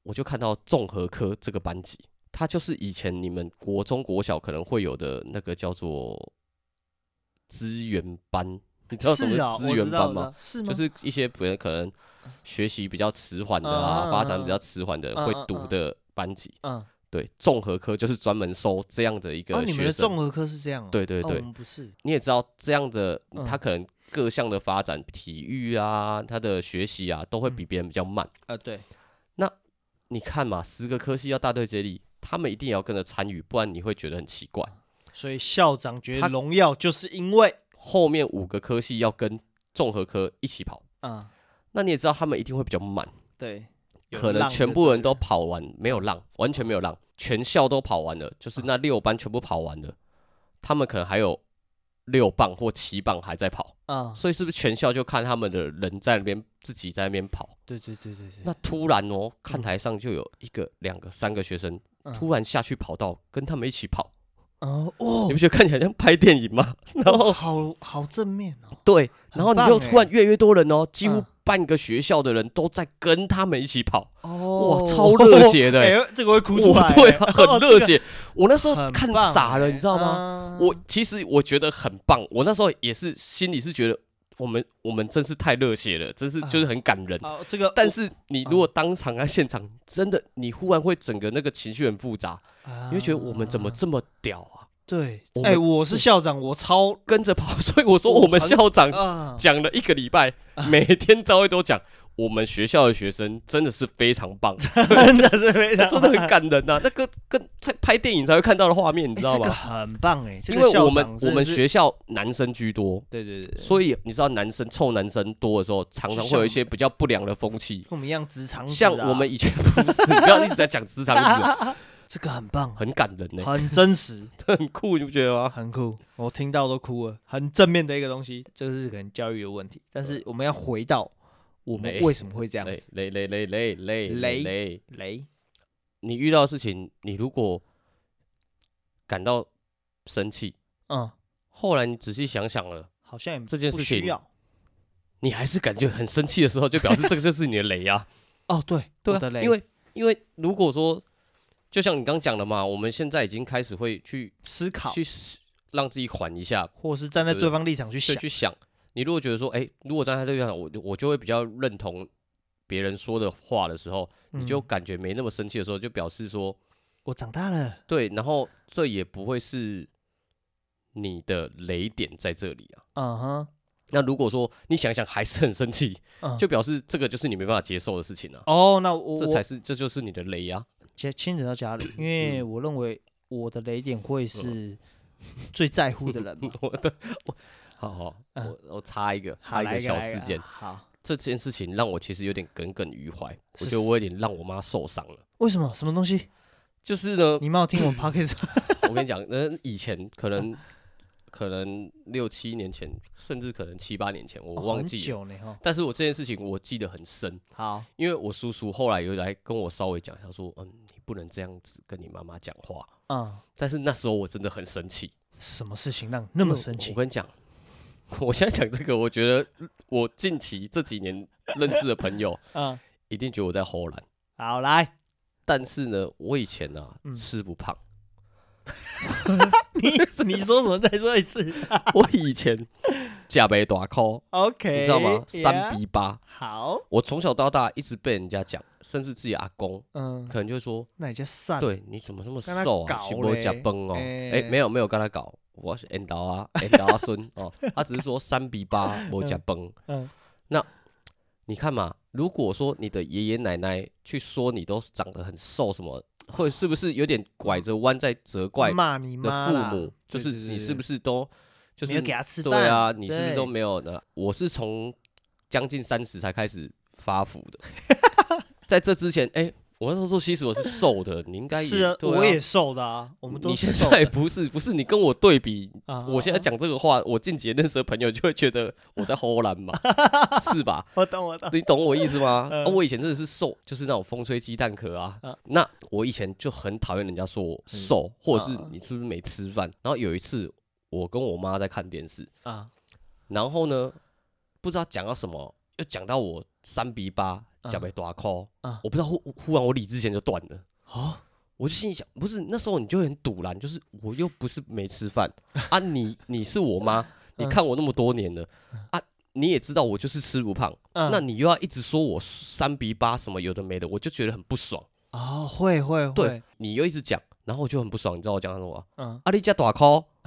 B: 我就看到综合科这个班级，它就是以前你们国中、国小可能会有的那个叫做资源班，你知道什么
A: 是啊，
B: 是资
A: 我
B: 源
A: 知道
B: 班
A: 我知
B: 吗？
A: 道，是吗？
B: 就是一些别人可能学习比较迟缓的啊，
A: 嗯嗯
B: 发展
A: 嗯
B: 比较迟缓的人
A: 嗯
B: 会
A: 嗯
B: 读
A: 嗯
B: 的班级。
A: 嗯，
B: 对，综合科就是专门收这样的一个
A: 哦，你们
B: 学
A: 的
B: 生。
A: 综合科是这样哦，
B: 对对
A: 哦
B: 对
A: 我们不是，
B: 你也知道，这样的他
A: 嗯
B: 可能各项的发展，体育啊，他的学习啊，都会
A: 嗯
B: 比别人比较慢。
A: 啊，对，
B: 你看嘛，十个科系要大队接力，他们一定要跟着参与，不然你会觉得很奇怪。
A: 嗯所以校长觉
B: 他
A: 得荣耀就是因为
B: 后面五个科系要跟综合科一起跑，
A: 啊，
B: 那你也知道他们一定会比较慢，
A: 对，有
B: 可能
A: 浪
B: 全
A: 就
B: 部
A: 对
B: 人都
A: 了
B: 跑完，没有浪，完全没有
A: 啊
B: 浪，全校都跑完了，就是那六班全部跑完了，他们可能还有六棒或七棒还在跑，
A: 啊，
B: 所以是不是全校就看他们的人在那边自己在那边跑？
A: 对对对对对，
B: 那突然哦，看台上就有一个、两个、三个学生
A: 嗯
B: 突然下去跑道跟他们一起跑，
A: 哦哦
B: 你不觉得看起来像拍电影吗？ (laughs) 然后
A: 哦好好正面哦，
B: 对，然后你
A: 很
B: 就
A: 棒欸
B: 突然越来越多人哦，几乎
A: 嗯
B: 半个学校的人都在跟他们一起跑，
A: 哦
B: (laughs) 哇，超热
A: (laughs)
B: 血的、
A: 哎
B: 欸，
A: 呦，这个会哭出来
B: 哇，
A: 欸，
B: 对
A: (laughs)
B: 啊，
A: 哦
B: 很热，血。我那时
A: 这
B: 候
A: 个很
B: 看
A: 棒
B: 傻了，
A: 欸
B: 你知道吗？？
A: 啊
B: 我其实我觉得很棒，我那时候也是心里是觉得我们我们真是太热血了，真是就是很感人。
A: 啊这个我，
B: 但是你如果当场啊现场，真的你忽然会整个那个情绪很复杂，
A: 啊
B: 你会觉得我们怎么这么屌啊？
A: 对
B: 我？
A: 哎，
B: 们
A: 我是校长，我
B: (laughs)
A: 超
B: 跟着跑，所以我说
A: 我
B: 我们
A: 哦很
B: 校长
A: 啊，
B: 讲了一个礼拜，每天朝会都讲，我们学校的学生真的是非常棒，
A: 真 (laughs) 的是非常
B: 真的很感人呐、啊那个跟在拍电影才会看到的画面，你
A: 哎
B: 知道
A: 这个
B: 吗？
A: 很棒哎，这
B: 因
A: 个
B: 为
A: 校
B: 我们
A: 长真
B: 我
A: 的
B: 们
A: 是
B: 学校男生居多，
A: 对对对对，
B: 所以你知道男生臭男生多的时候，常常会有一些比较不良的风气
A: 跟。我们一样职场
B: 像
A: 子啊
B: 我们以前不是，不要一直在讲
A: (laughs)
B: 职场史，
A: 这个很棒，
B: 很欸感人呢、
A: 很真实，
B: 很酷，你不觉得吗？
A: 很酷，我听到都哭了，很正面的一个东西，这是可能教育的问题，但是我们要回到我们
B: 雷
A: 为什么会这样
B: 雷
A: 子，
B: 雷雷雷雷雷
A: 雷
B: 雷，
A: 雷
B: 你遇到的事情，你如果感到生气，
A: 嗯，
B: 后来你仔细想想了，
A: 好像也
B: 这件
A: 不
B: 事
A: 需
B: 情
A: 要
B: 你还是感觉很生气的时候，就表示这个就是你的雷
A: (laughs)
B: 啊。
A: 哦，对
B: 对
A: 我的
B: 啊，
A: 雷，
B: 因为因为如果说，就像你刚讲的嘛，我们现在已经开始会去
A: 思考
B: 去思让自己缓一下，
A: 或是站在
B: 对
A: 对方立场去
B: 去
A: 想，
B: 去想。你如果觉得说，哎、如果站在这个立场，我我就会比较认同别人说的话的时候，你就
A: 嗯
B: 感觉没那么生气的时候，就表示说，
A: 我长大了，
B: 对，然后这也不会是你的雷点在这里啊。
A: 嗯哼，
B: 那如果说你想想还是很生气，
A: 嗯
B: 就表示这个就是你没办法接受的事情啊，
A: 哦，那我
B: 这
A: 我
B: 才是这就是你的雷啊。
A: 牵牵扯到家里，因
B: (clears throat)
A: 为
B: 嗯
A: 我认为我的雷点会
B: (laughs)，
A: 是最在乎的人嘛
B: 我的我好好，
A: 嗯
B: 我我插一个
A: 好
B: 插一
A: 来
B: 个
A: 一
B: 小
A: 来一
B: 事件，
A: 好，
B: 这件事情让我其实有点耿耿于怀，我
A: 是
B: 觉得我有点让我妈受伤了。
A: 为什么什么东西？
B: 就是
A: (laughs)
B: 呢，
A: 你没有听
B: (clears throat)
A: 我 podcast
B: 我跟你讲，那以前可能可能六七年前，甚至可能七八年前，我
A: 哦
B: 忘
A: 很
B: 记了。
A: 久呢哈，
B: 但是我这件事情我记得很深，
A: 好，
B: 因为我叔叔后来有来跟我稍微讲，他说：“嗯，你不能这样子跟你妈妈讲话。
A: 嗯，”
B: 但是那时候我真的很生气，
A: 什么事情让你那么生
B: 嗯我
A: 气？
B: 跟你讲，我现在讲这个，我觉得我近期这几年认识的朋友
A: 嗯，
B: 一定觉得我在偷懒，
A: 好 (laughs) 来，
B: 但是呢，我以前啊、
A: 嗯
B: 吃不胖， (laughs)
A: 你你说什么？再说一 (laughs) 次
B: 我以前假肥大
A: (laughs)
B: 扣，
A: ，OK，
B: 你知道吗？三
A: 比
B: 比八，
A: 好，
B: 我从小到大一直被人家讲，甚至自己阿公
A: 嗯，
B: 可能就会说
A: 那你就散，，
B: 对，你怎么这么
A: 跟他
B: 瘦
A: 搞
B: 啊？是不会加崩哦？
A: 嘞
B: 哎、
A: 哎
B: 没有没有跟他搞，我是 N 导
A: (laughs)
B: 啊，N 导阿孙哦，他只是说三比八没加崩。
A: 嗯
B: 那你看嘛，如果说你的爷爷奶奶去说你都长得很瘦什么，或者是不是有点拐着弯在责怪你
A: 骂你
B: 的
A: 妈啦
B: 父母，就是你是不
A: 是
B: 是都就
A: 没
B: 是
A: 有给他吃饭？
B: 对啊，你是不是都
A: 对
B: 没有呢？我是从将近三十才开始发福的，
A: (laughs)
B: 在这之前，哎、我那时候说其实我是瘦的，你应该也
A: 是啊，
B: 对啊
A: 我也瘦的啊，我们都
B: 你
A: 是
B: 现
A: 瘦
B: 在
A: 的
B: 不是不是你跟我对比，
A: 啊
B: (laughs) 我现在，讲这个话，我近几年认识的朋友就会觉得我在偷懒
A: (laughs)
B: 嘛，是吧？
A: 啊我懂我懂，
B: 你懂我意思吗？
A: 嗯
B: 啊我以前真的是瘦，就是那种风吹鸡蛋壳啊
A: 嗯。
B: 那我以前就很讨厌人家说我瘦，或者是
A: 嗯
B: 你是不是没吃饭？然后有一次，我跟我妈在看电视，
A: 啊，
B: 然后呢，不知道讲到什么，又讲到我三比八
A: 嗯
B: 脚被打 call，、
A: 嗯
B: 我不知道忽忽然我理智线就断了。啊
A: 哦，
B: 我就心里想，不是那时候你就很堵然，就是我又不是没吃
A: (laughs)
B: 饭啊，你你是我妈，
A: 嗯
B: 你看我那么多年了啊，你也知道我就是吃不胖，
A: 嗯
B: 那你又要一直说我三比八什么有的没的，我就觉得很不爽。
A: 哦，会会
B: 对
A: 会，
B: 你又一直讲，然后我就很不爽，你知道我讲什么吗？
A: 嗯，
B: 啊，你遮大箍 (laughs)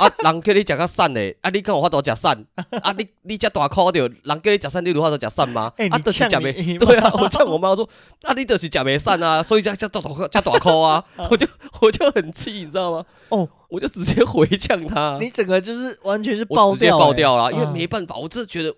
B: 啊，人叫你食较瘦嘞，啊，你敢有法度
A: (laughs)
B: 食瘦？啊，你你遮大箍着，人叫你食瘦，你有法度食瘦吗？
A: (laughs) 哎
B: 啊，
A: 你
B: 就是食
A: 呛你
B: 袂，对啊，我叫我妈说，啊，你就是食袂瘦
A: (laughs)
B: 啊，所以才才大大才大箍啊，我就我就很气，你知道吗？
A: 哦，
B: 我就直接回呛他，
A: (laughs) 你整个就是完全是
B: 啊我
A: 爆
B: 直接
A: 掉欸，
B: 爆掉了，因为没
A: 嗯
B: 办法，我真的觉得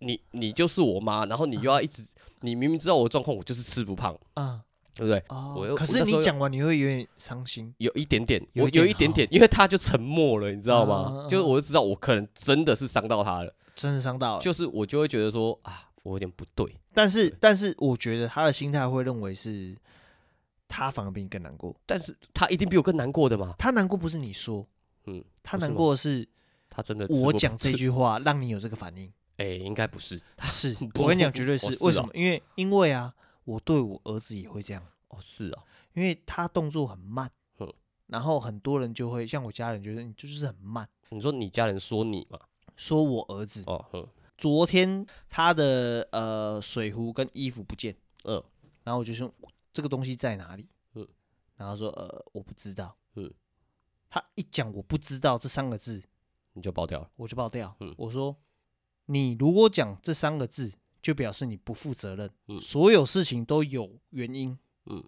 B: 你你就是我妈，然后你又要一直，你明明知道我的状况，我就是吃不胖，
A: 啊，
B: 对不对？我
A: 哦
B: 又，
A: 可
B: 我
A: 是
B: 那时
A: 你
B: 候
A: 讲完你会有点伤心，
B: 有一点点，
A: 有
B: 我
A: 一
B: 有
A: 点哦
B: 一点
A: 好
B: 点，因为他就沉默了，你知
A: 嗯
B: 道
A: 嗯
B: 吗？
A: 嗯
B: 就是我就知道我可能真的是伤到他了，
A: 真的伤到了。
B: 就是我就会觉得说啊，我有点不对，
A: 但是，但是我觉得他的心态会认为是，他反而比你更难过。
B: 但是他一定比我更难过的嘛。
A: 他难过不是你说，
B: 嗯，
A: 他
B: 不是
A: 难
B: 吗
A: 过的是
B: 他真的吃
A: 我
B: 过
A: 讲
B: 不
A: 这
B: 吃，
A: 句话让你有这个反应。
B: 哎，应该不是
A: 是
B: (laughs) 不
A: 我跟你讲，
B: 不
A: 绝对
B: 哦
A: 是
B: 是。
A: 为什
B: 哦
A: 么？因为因为啊，我对我儿子也会这样，
B: 哦，是啊，
A: 因为他动作很慢
B: 嗯，
A: 然后很多人就会像我家人，觉得你就是很慢。
B: 你说你家人说你嘛？
A: 说我儿子
B: 哦，嗯
A: 昨天他的呃水壶跟衣服不见，
B: 嗯，
A: 然后我就说这个东西在哪里？
B: 嗯
A: 然后他说呃我不知道。
B: 嗯，
A: 他一讲我不知道这三个字，
B: 你就爆掉了。
A: 我就爆掉。
B: 嗯
A: 我说你如果讲这三个字，就表示你不负责任。
B: 嗯
A: 所有事情都有原因。
B: 嗯，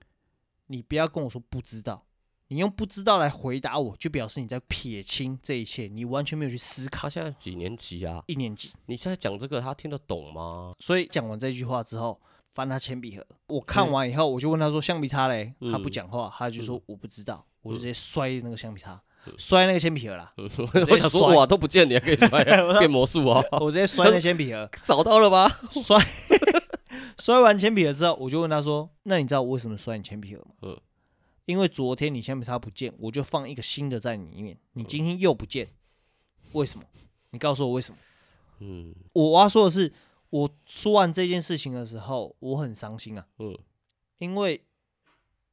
A: 你不要跟我说不知道，你用不知道来回答我，就表示你在撇清这一切，你完全没有去思考。
B: 他现在几年级啊？
A: 一年级，
B: 你现在讲这个，他听得懂吗？
A: 所以讲完这句话之后，翻他铅笔盒。我看完以后，我就问他说：“橡皮擦嘞？”他不
B: 嗯
A: 讲话，他就说：“我不知道。”我就直接摔那个橡皮擦
B: 嗯，。
A: 摔那个铅笔盒啦
B: (laughs) 我想说，
A: 甩
B: 哇，都不见你还可以
A: (laughs)
B: 摔
A: 我说
B: 变魔术啊？
A: 我直接
B: (laughs)
A: 摔那铅笔盒，
B: 找到了吧？
A: 摔 (laughs) 摔完铅笔盒之后，我就问他说：“那你知道我为什么摔你铅笔盒吗？”
B: 嗯
A: 因为昨天你铅笔擦不见，我就放一个新的在你里面，
B: 嗯
A: 你今天又不见，为什么？你告诉我为什么？
B: 嗯
A: 我我要说的是，我说完这件事情的时候，我很伤心啊，
B: 嗯
A: 因为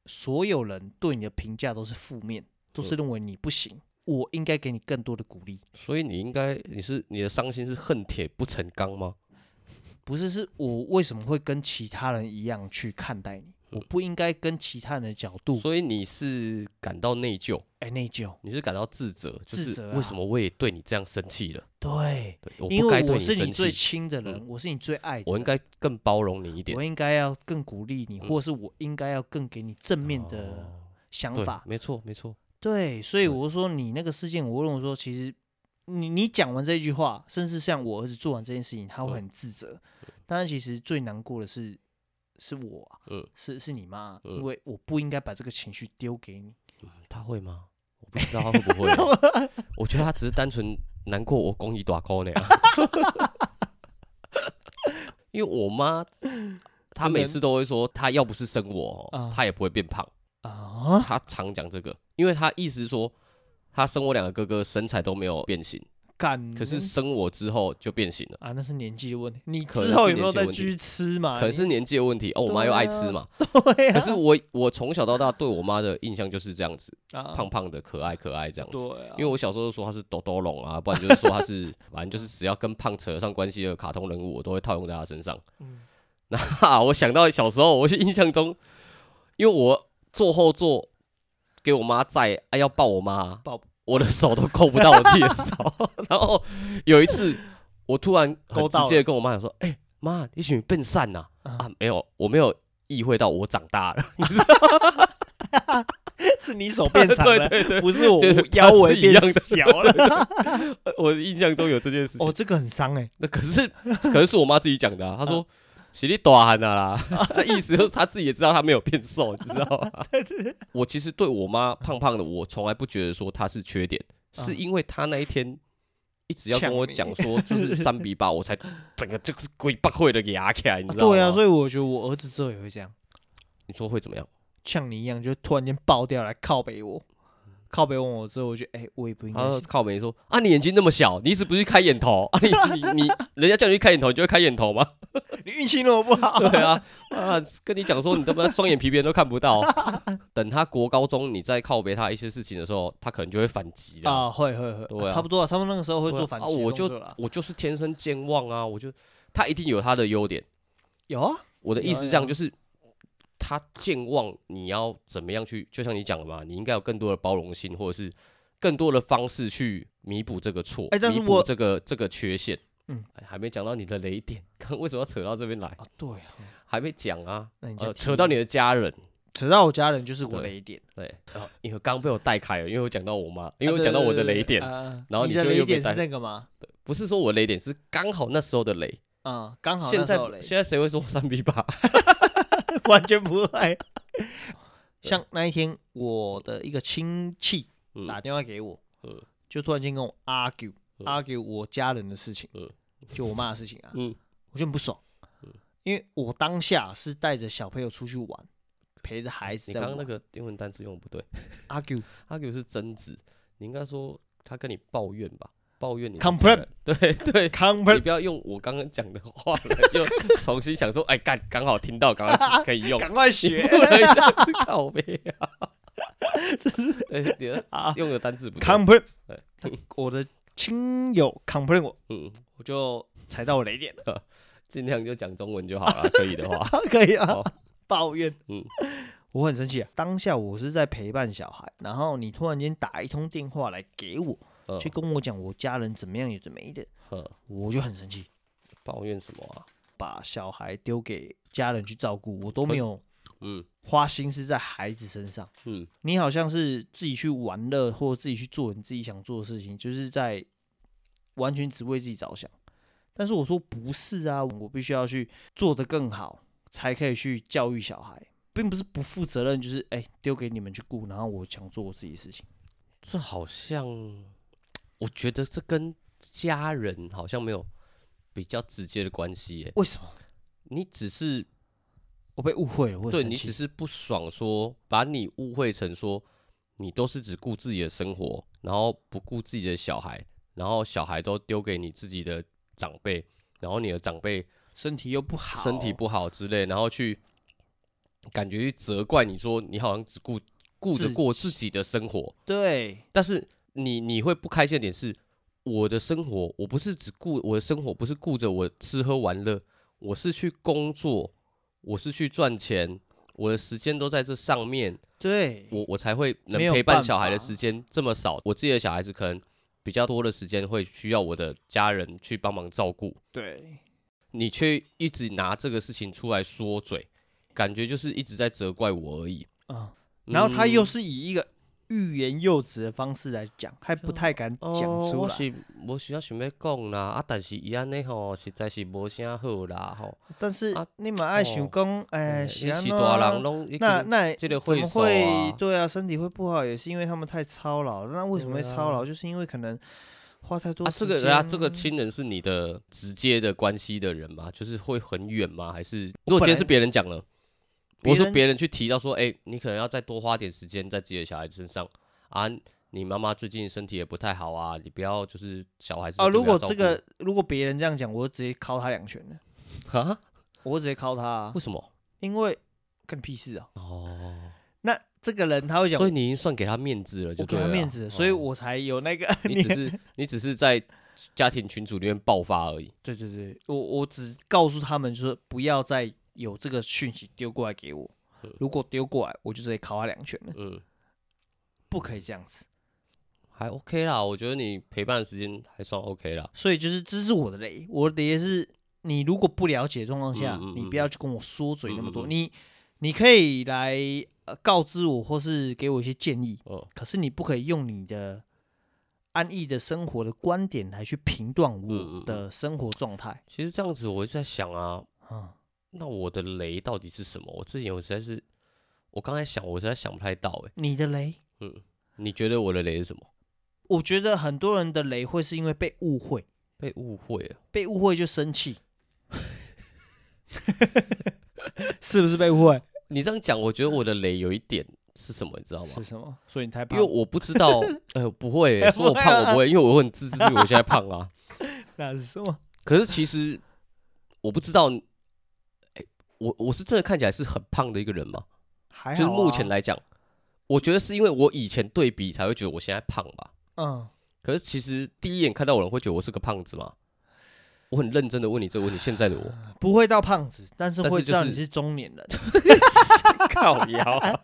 A: 所有人对你的评价都是负面，都是认为你不行，我应该给你更多的鼓励，
B: 所以你应该，你是你的伤心是恨铁不成钢吗？
A: 不是是我为什么会跟其他人一样去看待你？我不应该跟其他人的角度
B: 所以你是感到内疚，
A: 哎内疚，
B: 你是感到自责，就
A: 自
B: 是
A: 责啊
B: 为什么我也对你这样生气了？
A: 对，
B: 对，我
A: 因
B: 不该
A: 为
B: 对
A: 我是
B: 生
A: 你最
B: 气，嗯
A: 亲的人，我是你最爱的
B: 我
A: 人，
B: 应该更包容你一点嗯
A: 我。应该要更鼓励你，或是我应该要更给你正面的
B: 哦
A: 想
B: 对
A: 法，。
B: 没错没错，
A: 对，所以
B: 对
A: 我就说你那个事件，我认为说，其实你你讲完这句话，甚至像我儿子做完这件事情，他会
B: 嗯
A: 很自责。但是其实最难过的是是我啊、
B: 嗯
A: 是是你妈啊、
B: 嗯
A: 因为我不应该把这个情绪丢给你。
B: 嗯他会吗？我不知道他会不会欸，
A: (laughs)
B: 我觉得他只是单纯难过我公益打 call 呢，因为我妈她
A: 真的
B: 每次都会说，她要不是生我哦
A: 啊，
B: 她也不会变胖。
A: 啊，
B: 他常讲这个，因为他意思说他生我两个哥哥身材都没有变形，
A: 干！
B: 可是
A: 那
B: 生我之后就变形了，
A: 啊，那是年纪的问题。你
B: 可
A: 之
B: 能
A: 后
B: 是
A: 有没
B: 年
A: 有
B: 纪的
A: 再
B: 问
A: 继
B: 题
A: 续吃嘛？
B: 可能
A: 你
B: 是年纪的问题哦。我妈又爱吃嘛，
A: 哎啊 (laughs) 对啊
B: 可是我我从小到大对我妈的印象就是这样子，
A: 啊
B: 胖胖的、可爱可爱这样子。
A: 对啊，
B: 因为我小时候就说她是抖抖龙啊，不然就是说她是，反正就是只要跟胖扯上关系的卡通人物，我都会套用在她身上。
A: 嗯
B: (laughs) 那哈，我想到小时候，我是印象中，因为我坐后座给我妈载，啊要抱我妈， (laughs)
A: 抱
B: 我的手都够不到我自己的手。然后有一次，我突然很
A: 勾
B: 直
A: 到
B: 接
A: 了
B: 地跟我妈讲说：“哎、妈，你喜欢变善呐、啊
A: 啊？”
B: 没有，我没有意会到我长大了， (laughs)
A: 是你手变长
B: 对
A: 了，
B: 对对，
A: 不是我
B: 就是
A: 腰
B: 它是
A: 围
B: 一
A: 变
B: 样的
A: 小了。
B: 我印象中有这件事
A: (laughs)
B: 情。
A: 哦，这个很伤哎，
B: 那可是可是是我妈自己讲的、啊，她说。
A: 嗯
B: 喜力短喊的啊啦， (laughs) 意思就是她自己也知道她没有变瘦，你知道
A: (laughs)
B: 吗？我其实对我妈胖胖的，我从来不觉得说她是缺点，
A: 嗯
B: 是因为她那一天一直要跟我
A: 呛
B: 讲说就是三比八，我才整个就是鬼八会的给压起来，你
A: 啊
B: 知道吗？
A: 对啊，所以我觉得我儿子之后也会这样，
B: 你说会怎么样？
A: 像你一样，就突然间爆掉来靠北我，
B: 嗯
A: 靠北完我之后，我觉得哎，我也不应该
B: 她靠没说啊，你眼睛那么小，你一直不去开眼头啊你？你你人家叫你去开眼头，你就会开眼头吗？
A: (laughs) 你运气那么不好，
B: (laughs) 对啊，啊，跟你讲说你他妈双眼皮别人都看
A: (laughs)
B: 不到。等他国高中，你再靠别他一些事情的时候，他可能就会反击的。
A: (laughs) 啊，会会
B: 对
A: 会，
B: 啊
A: 差不多啊，差不多那个时候会
B: 对啊
A: 做反
B: 啊，
A: 击
B: 我
A: 的动
B: 就
A: 作啦。
B: 我就是天生健忘啊，我就他一定有他的优点。
A: 有啊，
B: 我的意思
A: 有
B: 这样就是，他健忘，你要怎么样去？就像你讲的嘛，你应该有更多的包容性，或者是更多的方式去弥补这个错，
A: 哎但是
B: 弥补
A: 我
B: 这个这个缺陷。
A: 嗯
B: 哎，还没讲到你的雷点， (laughs) 刚为什么要扯到这边来？
A: 啊对啊，
B: 还没讲啊，
A: 那你就
B: 呃，扯到你的家人。
A: 扯到我家人就是我
B: 对
A: 雷点，
B: 对，然后因为刚刚被我带开了，因为我讲到我妈，因
A: 啊
B: 为我
A: 对
B: 讲到
A: 对
B: 我的
A: 对
B: 雷
A: 对
B: 点，
A: 啊
B: 然后
A: 你
B: 你
A: 的
B: 就
A: 雷
B: 又被
A: 点
B: 带
A: 是那个吗？
B: 不是说我雷点，是刚好那时候的雷。
A: 啊，刚好
B: 现
A: 那时
B: 在
A: 候雷，
B: 现在谁会说我三比八？
A: (laughs) 完全不会。像那一天，我的一个亲戚
B: 嗯
A: 打电话给我，
B: 嗯
A: 就突然间跟我 argue、
B: 嗯
A: argue 我家人的事情，
B: 嗯
A: 就我妈的事情啊，
B: 嗯
A: 我就很不爽，因为我当下是带着小朋友出去玩，陪着孩子
B: 哎你
A: 在
B: 刚
A: 玩。
B: 刚那个英文单词用得不对
A: argue
B: 阿 r 是争执，你应该说他跟你抱怨吧，抱怨你的
A: Complain
B: 家人 (laughs) 对对，你
A: convert
B: 不要用我刚刚讲的话了，又重新想说，哎，刚刚好听到，刚刚可以
A: (laughs)
B: 用，
A: 赶快
B: 你
A: 学
B: 不能这样子靠背啊！这是对你的
A: 啊
B: 用的单字不对，
A: convert
B: 对
A: (laughs) 我的亲友 complain 我，
B: 嗯，
A: 我就踩到我雷点了，
B: 尽量就讲中文就好了，可以的话，
A: 可以啊
B: 好，
A: 抱怨，
B: 嗯，
A: 我很生气啊！当下我是在陪伴小孩，然后你突然间打一通电话来给我，
B: 嗯
A: 去跟我讲我家人怎么样也怎么样的，
B: 嗯，
A: 我就很生气，
B: 抱怨什么啊？
A: 把小孩丢给家人去照顾，我都没有
B: 嗯
A: 花心思在孩子身上。
B: 嗯，
A: 你好像是自己去玩乐，或者自己去做你自己想做的事情，就是在完全只为自己着想。但是我说不是啊，我必须要去做得更好，才可以去教育小孩，并不是不负责任，就是哎丢、给你们去顾，然后我想做我自己的事情。
B: 这好像，我觉得这跟家人好像没有比较直接的关系耶。
A: 为什么
B: 你只是
A: 我被误会了？我很
B: 对
A: 生
B: 你
A: 气
B: 只是不爽说把你误会成说你都是只顾自己的生活，然后不顾自己的小孩，然后小孩都丢给你自己的长辈，然后你的长辈
A: 身体又不好，
B: 身体不好之类，然后去感觉去责怪你说你好像只顾顾着
A: 自
B: 过自己的生活，
A: 对，
B: 但是你你会不开心的点是，我的生活我不是只顾我的生活，不是顾着我吃喝玩乐，我是去工作，我是去赚钱，我的时间都在这上面，
A: 对，
B: 我我才会能
A: 没有
B: 陪伴
A: 办
B: 小孩的
A: 法
B: 时间这么少。我自己的小孩子可能比较多的时间会需要我的家人去帮忙照顾，
A: 对，
B: 你却一直拿这个事情出来说嘴，感觉就是一直在责怪我而已。
A: 嗯。然后他又
B: 嗯
A: 是以一个欲言又止的方式来讲，还不太敢讲
B: 哦
A: 出
B: 我
A: 来。
B: 是无想要想要讲啦，啊，但是伊安尼吼，实在是无啥好啦吼。
A: 但是
B: 啊
A: 你嘛爱想
B: 哦
A: 讲，哎、
B: 呃
A: 是
B: 你
A: 安
B: 是
A: 怎
B: 大人
A: 啊
B: 拢已
A: 那
B: 经
A: 那
B: 这个
A: 怎
B: 会
A: 么
B: 手
A: 会、
B: 啊
A: 对啊，身体会不好，也是因为他们太操劳。那为什么会
B: 对啊
A: 操劳？就是因为可能花太多
B: 啊，
A: 时
B: 这
A: 间。
B: 个啊，这个亲人是你的直接的关系的人吗？就是会很远吗？还是如果今
A: 本
B: 天
A: 来
B: 是别人讲了，
A: 别
B: 我说
A: 人
B: 别人去提到说，哎、你可能要再多花点时间在自己的小孩子身上啊，你妈妈最近身体也不太好啊，你不要就是小孩子
A: 啊，
B: 都
A: 如
B: 不要
A: 果这
B: 照
A: 个如果别人这样讲，我就直接敲他两拳了，
B: 顾啊，
A: 我会直接敲他、啊
B: 为，什么？
A: 因为干你屁事啊！
B: 哦，
A: 那这个人他会讲，
B: 所以
A: 我
B: 你已经算给他面子了，就
A: 给
B: 对
A: 他
B: 了啦
A: 面子，所以
B: 哦
A: 我才有那个。
B: (laughs)
A: (laughs)
B: 你只是你只是在家庭群组里面爆发而已。
A: 对对对，我我只告诉他们，就是不要再有这个讯息丢过来给我
B: 嗯。
A: 如果丢过来，我就直接敲他两拳了，
B: 嗯，
A: 不可以这样子。
B: 还 OK 啦，我觉得你陪伴的时间还算 OK 啦。
A: 所以就是这是我的雷，我的雷是你如果不了解的状况下，
B: 嗯嗯嗯
A: 你不要去跟我说嘴那么多，
B: 嗯嗯嗯
A: 你你可以来呃告知我或是给我一些建议，
B: 嗯
A: 可是你不可以用你的安逸的生活的观点来去评断
B: 嗯
A: 我
B: 嗯
A: 的生活状态
B: 其实这样子我一直在想啊，
A: 啊。
B: 那我的雷到底是什么？我之前我实在是，我刚才想，我实在想不太到哎、
A: 你的雷，
B: 嗯，你觉得我的雷是什么？
A: 我觉得很多人的雷会是因为被误会，
B: 被误会了，
A: 被误会就生气， (laughs) 是不是被误会？
B: 你这样讲，我觉得我的雷有一点是什么，你知道吗？
A: 是什么？所以你太
B: 因
A: 胖
B: 为，我不知 (laughs) 道，哎、呦， (laughs) 不会欸、
A: 哎
B: 说我
A: 不会
B: 胖我
A: 啊
B: 不会，因为我很自知，我现在胖啊。
A: 那是什么？
B: 可是其实我不知道，哎、我我是真的看起来是很胖的一个人吗？
A: 还好、啊、
B: 就是目前来讲，我觉得是因为我以前对比才会觉得我现在胖吧。
A: 嗯，
B: 可是其实第一眼看到我人会觉得我是个胖子吗？我很认真的问你这个问题，现在的我
A: 不会到胖子，但是
B: 但是
A: 会知道
B: 就
A: 你
B: 是
A: 是中年人， (laughs)
B: 靠腰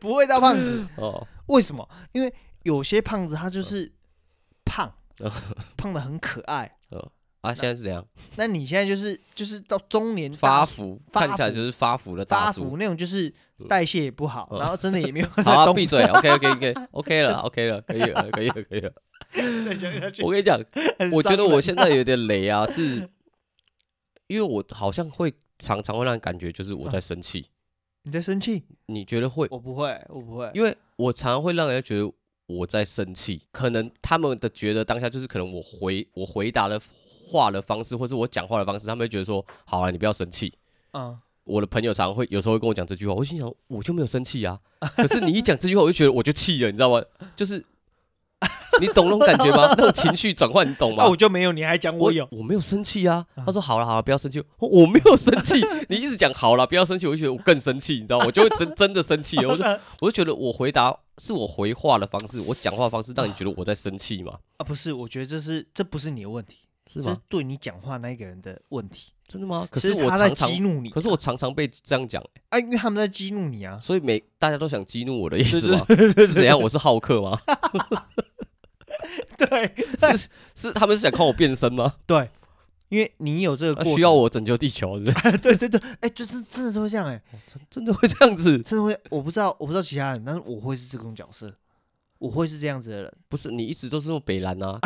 A: 不会到胖子。
B: (laughs) 哦，
A: 为什么？因为有些胖子他就是
B: (laughs)
A: 胖
B: 嗯，
A: 胖的很可爱。
B: 啊，现在是怎样？
A: 那你现在就是就是到中年
B: 发
A: 大叔
B: 福，
A: 发
B: 看起来
A: 福
B: 就是发福的
A: 发
B: 大叔
A: 福。那种，就是代谢也不好，
B: 嗯
A: 然后真的也没有
B: 好、
A: 在
B: (laughs) 啊，
A: 动。
B: 闭嘴。OK OK OK
A: (laughs)
B: OK 了，OK 了，可以了，可以了，可以了。
A: 再讲下去
B: 我跟你讲，
A: 很
B: 我觉得
A: 伤人
B: 我啊
A: (laughs)
B: 现在有点雷啊，是因为我好像会常常会让人感觉就是
A: 嗯
B: 我在生气。
A: 你在生气？
B: 你觉得会？
A: 我不会，我不会。
B: 因为我常常会让人家觉得我在生气，可能他们的觉得当下就是可能我回我回答的话的方式，或是我讲话的方式，他们会觉得说：好啊，你不要生气。
A: 嗯，
B: 我的朋友常常会有时候会跟我讲这句话，我心想我就没有生
A: (laughs)
B: 气啊，可是你一讲这句话，我就觉得我就气了，你知道吗？就是你懂那种感觉
A: (laughs)
B: 吗？那种情绪转换，你懂吗？
A: 那我就没有，你还讲我有。
B: 我没有生气啊。他说好了好了，不要生气。我我没有生
A: (laughs)
B: 气，你一直讲好了不要生气，我就觉得我更生气，你知道吗？我就会
A: (laughs)
B: 真真的生气了。我就我就觉得我回答是我回话的方式，我讲话的方式让你觉得我在生气嘛？
A: 啊，不是，我觉得这是这不是你的问题，
B: 是
A: 这
B: 吗
A: 是？对你讲话那个人的问题。
B: 真的吗？可
A: 是
B: 是我
A: 他在
B: 常常
A: 激，怒你，
B: 可是我常常被这样讲，
A: 啊，因为他们在激怒你
B: (laughs)
A: 啊。
B: 所以每大家都想激怒我的意思
A: (laughs) 对
B: 吗？是怎样？我是好客吗？ (laughs)
A: 对
B: 是是，他们是想看我变身吗？
A: 对，因为你有这个 (laughs) 过
B: 啊
A: 程
B: 需要。我拯救地球，是不
A: (laughs)
B: 是？
A: 对对对，哎，就真真的是会这样哎，
B: 真的会这样子？
A: 真的会。我不知道，我不知道其他人，但是我会是这种角色，我会是这样子的人。
B: (laughs) 不是，你一直都是用北蓝啊？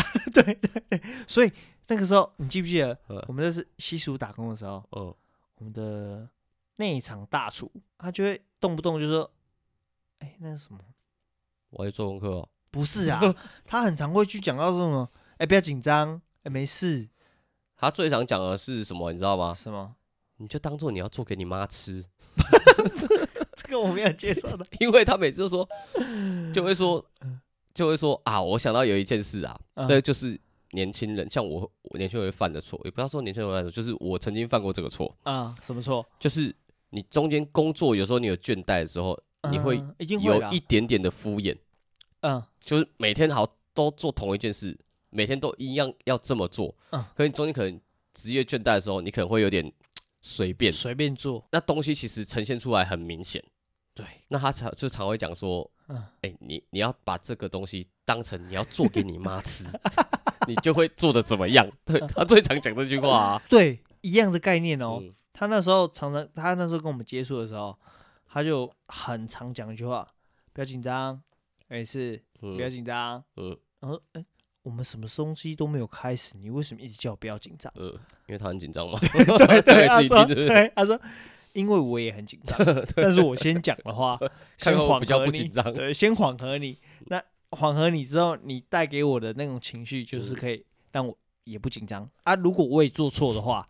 B: (laughs)
A: 所以那个时候，你记不记得
B: 嗯
A: 我们这是西蜀打工的时候，
B: 嗯，
A: 我们的内场大厨，他就会动不动就说：“哎、那是什么？
B: 我要做功课哦。
A: 不是
B: (laughs)
A: 啊。”他很常会去讲到说什么：“哎、不要紧张，哎、没事，
B: 他最常讲的是什么，你知道吗？
A: 什么？ (laughs)
B: 你就当做你要做给你妈吃， (laughs)
A: 这个我没有接受的。
B: 因为他每次都说，就会说，就会说啊，我想到有一件事啊，
A: 嗯
B: (laughs) 对，就是年轻人，像我，我年轻人会犯的错，也不要说年轻人会犯的错，就是我曾经犯过这个错，”
A: 啊，什么错？
B: 就是你中间工作有时候你有倦怠的时候，你会
A: 嗯一定会
B: 有
A: 的啊
B: 一点点的敷衍，
A: 嗯
B: 就是每天好都做同一件事，每天都一样要这么做，
A: 嗯
B: 可是你中间可能职业倦怠的时候，你可能会有点随便，
A: 随便做，
B: 那东西其实呈现出来很明显。
A: 对，
B: 那他常就常会讲说，
A: 嗯
B: 哎、你你要把这个东西当成你要做给你妈吃， (laughs) 你就会做的怎么样？对
A: 嗯
B: 他最常讲这句话啊。
A: 对，一样的概念哦。
B: 嗯
A: 他那时候常常，他那时候跟我们接触的时候，他就很常讲一句话：“不要紧张，没事，不要
B: 嗯
A: 紧张。”
B: 嗯？
A: 然后，哎、我们什么东西都没有开始，你为什么一直叫我不要紧张
B: 呃，因为他很紧张嘛，
A: (laughs) 对
B: 对
A: 他
B: 自己
A: 说，
B: 听对不
A: 对，啊他说，因为我也很紧
B: (laughs)
A: 张，但是我先讲的话，先
B: 看看我
A: 缓
B: 比较
A: 和
B: 不
A: 你
B: 紧张
A: 对，先缓和你。那缓和你之后，你带给我的那种情绪，就是可以让我也不紧张啊。如果我也做错的话，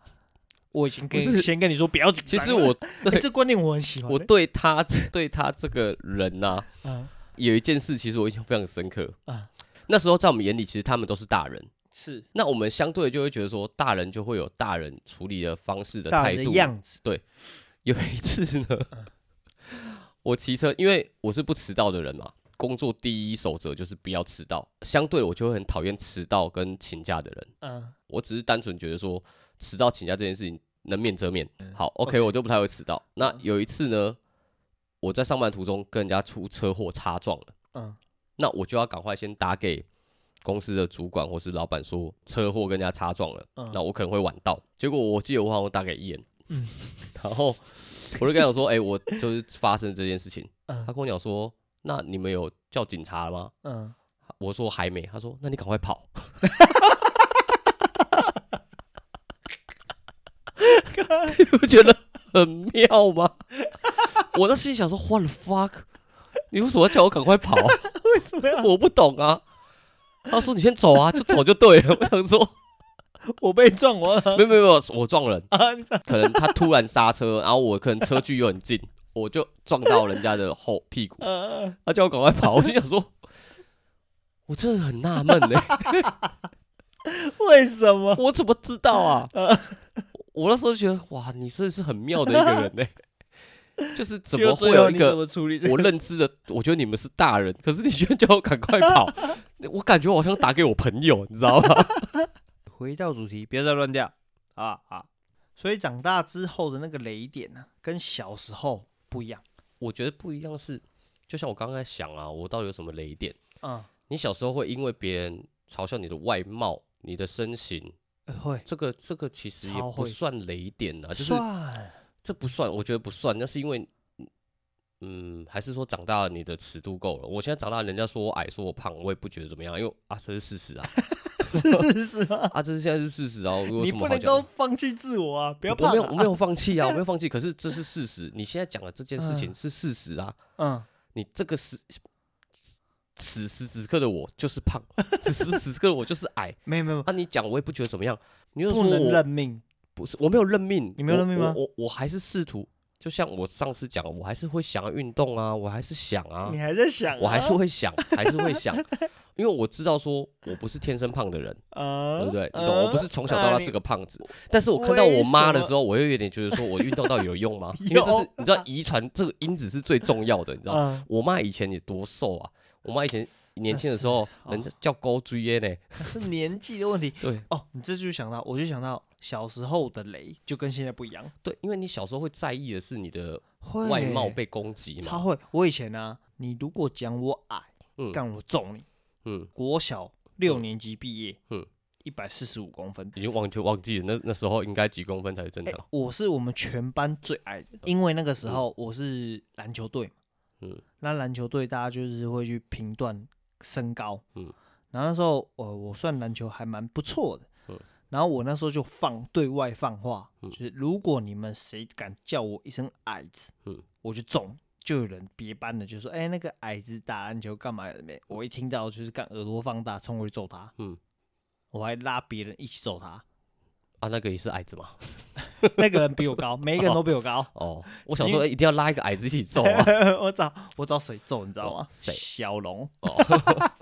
A: 我已经跟
B: 不是
A: 先跟你说不要紧
B: 其
A: 张了。(laughs)
B: 实我
A: 哎、
B: 对
A: 这观念我很喜欢
B: 我
A: 欸。
B: 对他 (laughs) 对他这个人呐、
A: 嗯
B: 有一件事，其实我印象非常深刻。
A: 啊
B: 那时候在我们眼里，其实他们都是大人，
A: 是
B: 那我们相对就会觉得说，大人就会有大人处理的方式的
A: 大
B: 态
A: 人
B: 度
A: 的。样子，
B: 有一次呢， (laughs) 我骑车，因为我是不迟到的人嘛，工作第一守则就是不要迟到。相对的，我就会很讨厌迟到跟请假的人。
A: 嗯
B: 我只是单纯觉得说，迟到请假这件事情能免则免。好，OK，
A: OK
B: 我就不太会迟到。那
A: 嗯
B: 有一次呢，我在上班途中跟人家出车祸擦撞了，
A: 嗯
B: 那我就要赶快先打给公司的主管或是老板说车祸跟人家擦撞了。
A: 嗯，
B: 那我可能会晚到。结果我记得我好像打给伊恩，
A: 嗯
B: (laughs) 然后我就跟他讲说，哎、我就是发生这件事情。他
A: 嗯
B: 跟我讲说，那你们有叫警察了吗？
A: 嗯， (laughs)
B: 我说还没。他说，那你赶快跑。 (laughs) 你不觉得很妙吗？我那心里想说，what the fuck？你为什么要叫我赶快跑啊、
A: 为什么要
B: 我不懂啊。他说：“你先走啊，就走就对了。”我想说，
A: 我被撞我 (laughs)
B: (laughs) 没有没有没有，我撞人，
A: 啊？你知道
B: 可能他突然刹车， (laughs) 然后我可能车距又很近，我就撞到人家的后
A: (laughs)
B: 屁股，
A: 嗯
B: 他叫我赶快跑，我心想说，我真的很纳闷呢，
A: 为什么？
B: 我怎么知道啊？ (laughs) 我那时候就觉得哇，你真的是很妙的一个人呢，就是怎么
A: 就最
B: 会
A: 后
B: 有一
A: 你
B: 个
A: 怎么处理这
B: 我
A: 个？
B: 认知的，我觉得你们是大人，可是你居然叫我赶快跑，我感觉我好像打给我朋友，你知道吗？ (laughs)
A: 回到主题，别再乱掉啊啊！所以长大之后的那个雷点呢、跟小时候不一样。
B: 我觉得不一样是，就像我刚才想啊，我到底有什么雷点？
A: 嗯，
B: 你小时候会因为别人嘲笑你的外貌、你的身形，
A: 呃会
B: 这个这个其实也
A: 超
B: 不
A: 会
B: 算雷点啊，就是
A: 算
B: 这不算，我觉得不算，那是因为，嗯，还是说长大了你的尺度够了。我现在长大了，人家说我矮，说我胖，我也不觉得怎么样，因为啊，这是事实啊。
A: 事实啊，
B: 啊，这是现在是事实啊，我有
A: 你
B: 什么
A: 不
B: 好
A: 能
B: 讲
A: 够
B: 的？
A: 放弃自我啊，不要
B: 我
A: 怕
B: 没有，
A: 啦
B: 我没有放弃
A: (laughs)
B: 啊，我没有放弃。可是这是事实，你现在讲的这件事情
A: 嗯
B: 是事实啊。
A: 嗯，
B: 你这个时此时此刻的我就是胖，此时此刻的我就是矮。
A: 没有没有，
B: 那、你讲我也不觉得怎么样，你就说
A: 不能
B: 我
A: 认命，
B: 不是我没有认命，
A: 你没有
B: 我
A: 认命吗
B: 我我我还是试图，就像我上次讲的，我还是会想要运动啊，我还是想啊
A: 你，还在想啊，
B: 我还是会想，还是会想，因为我知道说我不是天生胖的人，
A: 啊，
B: 对不对？你懂，
A: 呃
B: 我不是从小到
A: 那
B: 大
A: 你
B: 是个胖子，但是我看到我妈
A: 为
B: 的
A: 什么
B: 时候，我又有点觉得说我运动到底有
A: (laughs)
B: 用吗？因为这是
A: 有啊
B: 你知道遗传这个因子是最重要的，你知道吗。
A: 嗯，
B: 我妈以前也多瘦啊，我妈以前年轻的时候，
A: 啊那是哦
B: 人家叫高追耶呢。
A: 那啊是年纪的问题
B: 对
A: 哦。你这就想到，我就想到小时候的雷就跟现在不一样，
B: 对，因为你小时候会在意的是你的
A: 会
B: 外貌被攻击
A: 超
B: 嘛。
A: 会。我以前呢，你如果讲我矮，
B: 嗯
A: 干我揍你。
B: 嗯，
A: 国小六年级毕业，
B: 嗯
A: 嗯，一百四十五公分。
B: 已经忘就忘记了，那那时候应该几公分才是正
A: 哎、
B: 常。
A: 我是我们全班最矮的，因为那个时候我是篮球队嘛，
B: 嗯
A: 嗯，那篮球队大家就是会去评断身高，
B: 嗯
A: 嗯，然后那时候我我算篮球还蛮不错的，
B: 嗯
A: 嗯，然后我那时候就放对外放话，
B: 嗯
A: 就是如果你们谁敢叫我一声矮子，
B: 嗯
A: 嗯，我就中。就有人别班的就说：“哎、那个矮子打篮球干嘛的没？”我一听到就是干耳朵放大，冲过去揍他。
B: 嗯
A: 嗯，我还拉别人一起揍他。
B: 啊，那个也是矮子嘛。
A: 那个人比我高，每一个人都比我 (laughs) 高。
B: 哦，我想说哎一定要拉一个矮子一起揍
A: (laughs)
B: 啊。
A: 我找我找谁揍，你知道吗
B: 哦？谁
A: 小龙。
B: 哦，
A: (laughs)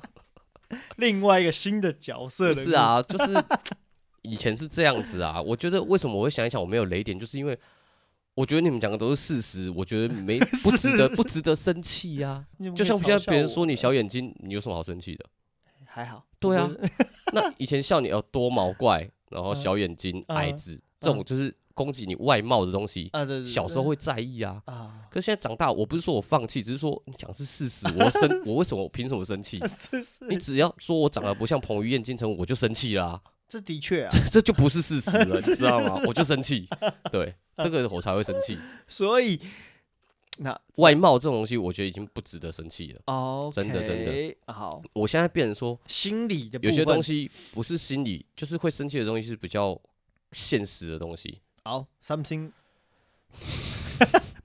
A: 另外一个新的角色
B: 不
A: 人
B: 是
A: 物，
B: 啊，就是以前是这样子啊。我觉得为什么我会想一想我没有雷点，就是因为我觉得你们讲的都是事实，我觉得
A: (laughs)
B: 没不值得不值得生气呀、
A: 你不
B: 就
A: 可以
B: 像
A: 嘲
B: 现在
A: 笑
B: 别人
A: 我哎
B: 说你小眼睛，你有什么好生气的？
A: 还好，
B: 对啊
A: 不 (laughs) 是
B: 那以前笑你要多毛怪，然后
A: 嗯
B: 小眼睛、
A: 嗯
B: 矮子，这种就是攻击你外貌的东西，
A: 啊，对对，对
B: 小时候会在意啊。
A: 啊， (laughs)
B: 可是现在长大，我不是说我放弃，只是说你讲是事实，
A: (laughs)
B: 我生我为什么我凭什么生气？
A: 这是
B: 你只要说我长得不像彭于晏、金城武，我就生气
A: (laughs)
B: 啦、
A: 这的
B: (laughs)
A: 确啊，
B: 这就不是事实了，你知
A: (laughs)
B: 道吗？我就生气，对，这个我才会生气。
A: 所以那
B: 外貌这种东西，我觉得已经不值得生气了。
A: 哦，
B: 真的真的
A: OK，好，
B: 我现在变成说，
A: 心理的
B: 有些
A: 部分
B: 东西不是心理，就是会生气的东西是比较现实的东西。
A: 好，something，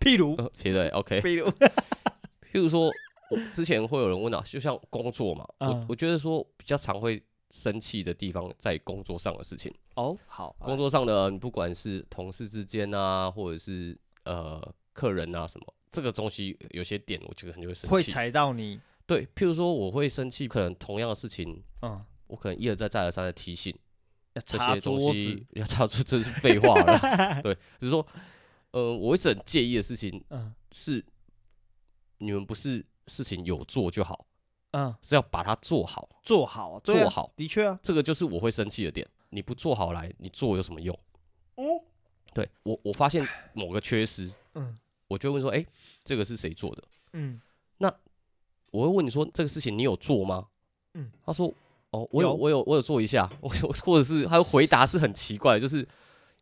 A: 譬如
B: 呃，对对，OK。
A: 譬如， (laughs)
B: 譬如说，我之前会有人问啊，就像工作嘛，我
A: 嗯
B: 我觉得说比较常会生气的地方在工作上的事情，
A: 哦，好，
B: 工作上的你不管是同事之间啊，或者是呃客人啊什么，这个东西有些点我觉得很就会生
A: 会
B: 气。
A: 踩到你，
B: 对，譬如说我会生气，可能同样的事情，
A: 嗯，
B: 我可能一而再再而三的提醒
A: 要
B: 这
A: 擦
B: 些
A: 桌
B: 东
A: 子
B: 西，， (laughs) 要插桌这是废话了。 (laughs) 对，只是说，呃，我一直很介意的事情
A: 嗯
B: 是，你们不是事情有做就好。
A: 嗯，
B: 是要把它做好，
A: 做好，对啊
B: 做，好，
A: 的确啊，
B: 这个就是我会生气的点。你不做好来，你做有什么用？
A: 哦，
B: 对我，我发现某个缺失，
A: 嗯
B: 我就会问说，哎、这个是谁做的？
A: 嗯。
B: 我会问你说，这个事情你有做吗？
A: 嗯，
B: 他说，哦，我有，
A: 有
B: 我有，我有做一下，我有，或者是他的回答是很奇怪的，就是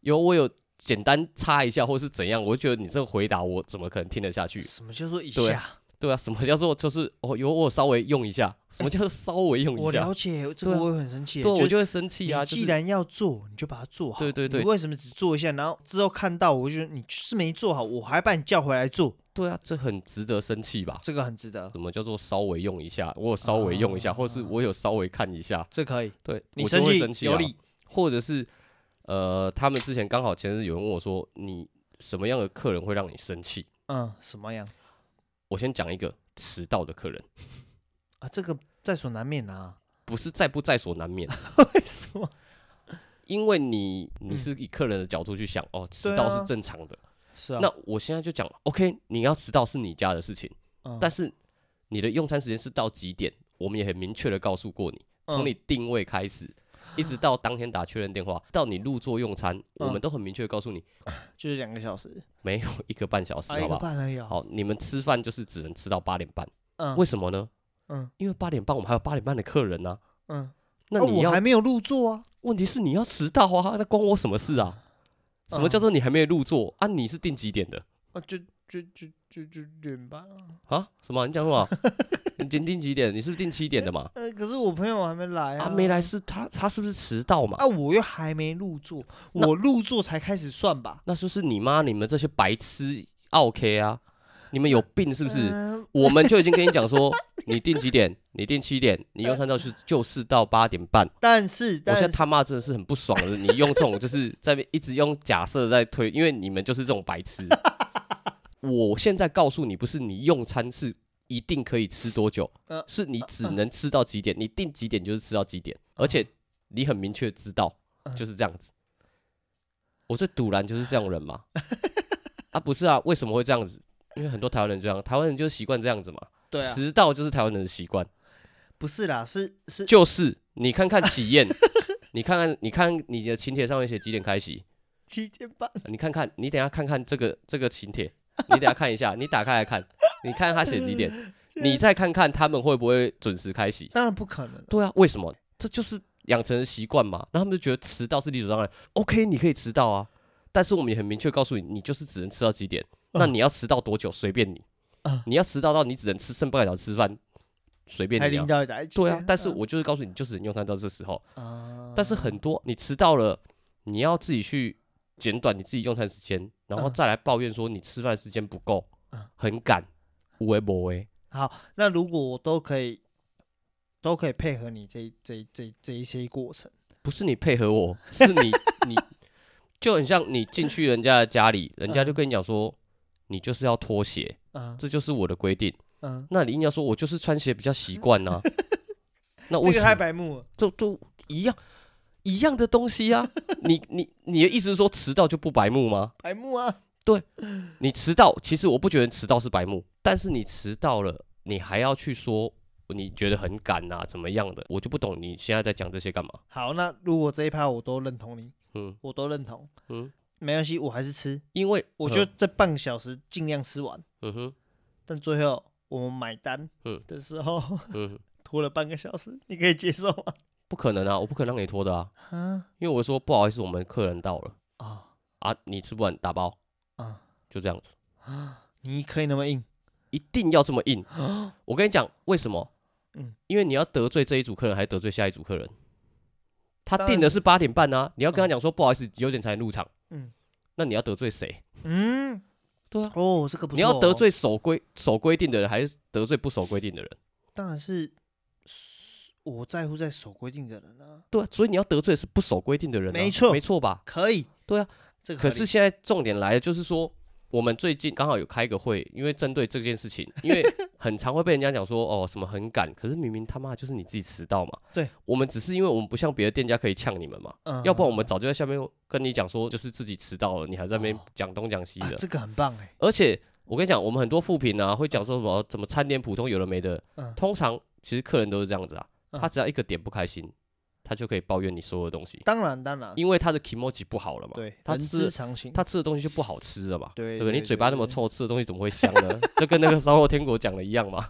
B: 有我有简单插一下，或是怎样，我就觉得你这个回答我怎么可能听得下去？
A: 什么叫做一
B: 对
A: 下？
B: 对啊，什么叫做就是哦，有我有稍微用一下，什么叫做稍微用一
A: 我
B: 下？
A: 了解，这
B: 对
A: 个
B: 啊
A: 我也很生气。
B: 对，我
A: 就
B: 就会生气啊，
A: 你
B: 就
A: 既
B: 是
A: 然要做，你就把它做好。
B: 对对对
A: 你为什么只做一下，然后之后看到我就觉得你是没做好，我还把你叫回来做，
B: 对啊，这很值得生气吧？
A: 这个很值得，
B: 什么叫做稍微用一下？我有稍微用一下，或是我有稍微看一下，
A: 这可以。
B: 对，
A: 你
B: 我就会
A: 气
B: 生气啊
A: 有理，
B: 或者是呃，他们之前刚好前日有人问我说，你什么样的客人会让你生气？
A: 嗯，什么样
B: 我先讲一个迟到的客人，
A: 啊？这个在所难免啊。
B: 不是在不在所
A: (laughs)
B: 难免，
A: 为什么？
B: 因为你你是以客人的角度去想，哦，迟到
A: 嗯对啊
B: 是正常的。
A: 是啊。
B: 那我现在就讲，OK，你要迟到是你家的事情，
A: 嗯
B: 但是你的用餐时间是到几点，我们也很明确的告诉过你，从
A: 嗯
B: 你定位开始，一直到当天打确认电话，到你入座用餐，我
A: 嗯
B: 们都很明确的告诉你，
A: 就是两个小时，
B: 没有一个半小时，
A: 啊，一
B: 好不
A: 个
B: 好？
A: 半而已啊。
B: 好，你们吃饭就是只能吃到八点半，
A: 嗯，
B: 为什么呢？
A: 嗯
B: 因为八点半我们还有八点半的客人呢、
A: 嗯，
B: 那
A: 啊
B: 你
A: 我
B: 要
A: 还没有入座啊。
B: 问题是你要迟到
A: 嗯
B: 啊，那关我什么事啊？什么叫做你还没有入座啊？你是定几点的？
A: 啊，就就就就就点吧。
B: 啊？什么？你讲什么？ (laughs) 你今天定几点？你是不是定七点的嘛？
A: 呃，可是我朋友还没来
B: 啊，没来是他，他是不是迟到嘛？
A: 啊，我又还没入座，
B: 那
A: 我入座才开始算吧。
B: 那是不是你妈你们这些白痴 OK 啊？你们有病是不是？
A: 嗯
B: 我们就已经跟你讲说，你定几点？你定七点，你用餐到是就是到八点半。
A: 但是，
B: 我
A: 但
B: 现
A: 是
B: 在他妈真的是很不爽了，你用这种就是在那边一直用假设在推，因为你们就是这种白痴。 (laughs) 我现在告诉你，不是你用餐是一定可以吃多久
A: 呃，呃
B: 是你只能吃到几点，你定几点就是吃到几点，而且你很明确知道就是这样子。我最堵然就是这种人
A: (laughs)
B: 嘛，啊不是啊，为什么会这样子？因为很多台湾人这样，台湾人就习惯这样子嘛，
A: 对啊，
B: 迟到就是台湾人的习惯。
A: 不是啦，是是
B: 就是你看看喜宴， (laughs) 你看看你看你的请帖上面写几点开席，
A: (laughs) 七点半。
B: 你看看你等一下看看这个这个请帖，你等一下看一下， (laughs) 你打开来看，你看他写几点，你再看看他们会不会准时开席。
A: 当然不可能，
B: 对啊，为什么？这就是养成的习惯嘛。然后他们就觉得迟到是理所当然。OK，你可以迟到啊，但是我们也很明确告诉你，你就是只能迟到几点。那
A: 嗯
B: 你要迟到多久随便你
A: 嗯，
B: 你要迟到到你只能吃剩半个小时吃饭，随便
A: 还
B: 你啊
A: 领。导来接嗯
B: 对啊，但是我就是告诉你，你就只能用餐到这时候。
A: 啊，
B: 但是很多你迟到了，你要自己去简短你自己用餐时间，然后
A: 嗯
B: 再来抱怨说你吃饭时间不够
A: 嗯，
B: 很赶，无为不为。
A: 那如果我都可以，都可以配合你这一这一这一这一些过程，
B: 不是你配
A: (laughs)
B: 合我，是你你就很像你进去人家的家里，人家就跟你讲说，你就是要脱鞋，
A: 嗯
B: 这就是我的规定。
A: 嗯，
B: 那你硬要说我就是穿鞋比较习惯
A: (laughs)
B: 呐，那为
A: 这
B: 什
A: 个太
B: 么？
A: 白目了，
B: 都都一样一样的东西啊！你你你的意思是说迟到就不白目吗？
A: 白目啊， (laughs)
B: 你迟到，其实我不觉得迟到是白目，但是你迟到了，你还要去说你觉得很赶啊，怎么样的，我就不懂你现在在讲这些干嘛？
A: 好，那如果这一趴我都认同你，
B: 嗯
A: 我都认同，
B: 嗯，
A: 没关系，我还是吃，
B: 因为
A: 我就这半个小时尽量吃完，
B: 嗯哼
A: 但最后我们买单
B: 嗯
A: 的时候
B: 嗯，
A: 拖了半个小时，你可以接受吗？
B: 不可能啊，我不可能让你拖的啊，
A: 啊
B: 因为我说不好意思，我们客人到了
A: 啊
B: 啊，你吃不完打包，
A: 啊，
B: 就这样子，
A: 你可以那么硬，
B: 一定要这么硬。我跟你讲为什么？
A: 啊嗯
B: 因为你要得罪这一组客人，还得罪下一组客人。他
A: 当然
B: 定的是八点半啊，你要跟他讲说不好意思，九点才能入场，
A: 嗯
B: 那你要得罪谁？
A: 嗯，
B: 对啊，
A: 哦，这个不错
B: 你
A: 哦、
B: 要得罪守规守规定的人，还是得罪不守规定的人？
A: 当然是我在乎在守规定的人啊，
B: 对啊，所以你要得罪的是不守规定的人啊、
A: 没错
B: 没错吧？
A: 可以，
B: 对啊，
A: 这个
B: 可
A: 合理
B: 是现在重点来了，就是说我们最近刚好有开一个会，因为针对这件事情，因为很常会被人家讲说哦什么很赶，可是明明他妈就是你自己迟到嘛。
A: 对，
B: 我们只是因为我们不像别的店家可以呛你们嘛，
A: 嗯
B: 要不然我们早就在下面跟你讲说就是自己迟到了，你还在那边
A: 哦
B: 讲东讲西
A: 啊
B: 的，。
A: 这个很棒哎、
B: 而且我跟你讲，我们很多副评啊会讲说什么怎么餐点普通有的没的，
A: 嗯
B: 通常其实客人都是这样子啊，
A: 嗯
B: 他只要一个点不开心，他就可以抱怨你所有东西，
A: 当然当然，
B: 因为他的 emoji 不好了嘛，
A: 嗯对，
B: 他
A: 人
B: 吃
A: 之常情，
B: 他吃的东西就不好吃了嘛，
A: 对
B: 不对？
A: 对
B: 你嘴巴那么
A: 对
B: 臭，吃的东西怎么会香
A: (laughs)
B: 呢？就跟那个烧肉天国讲的一样嘛，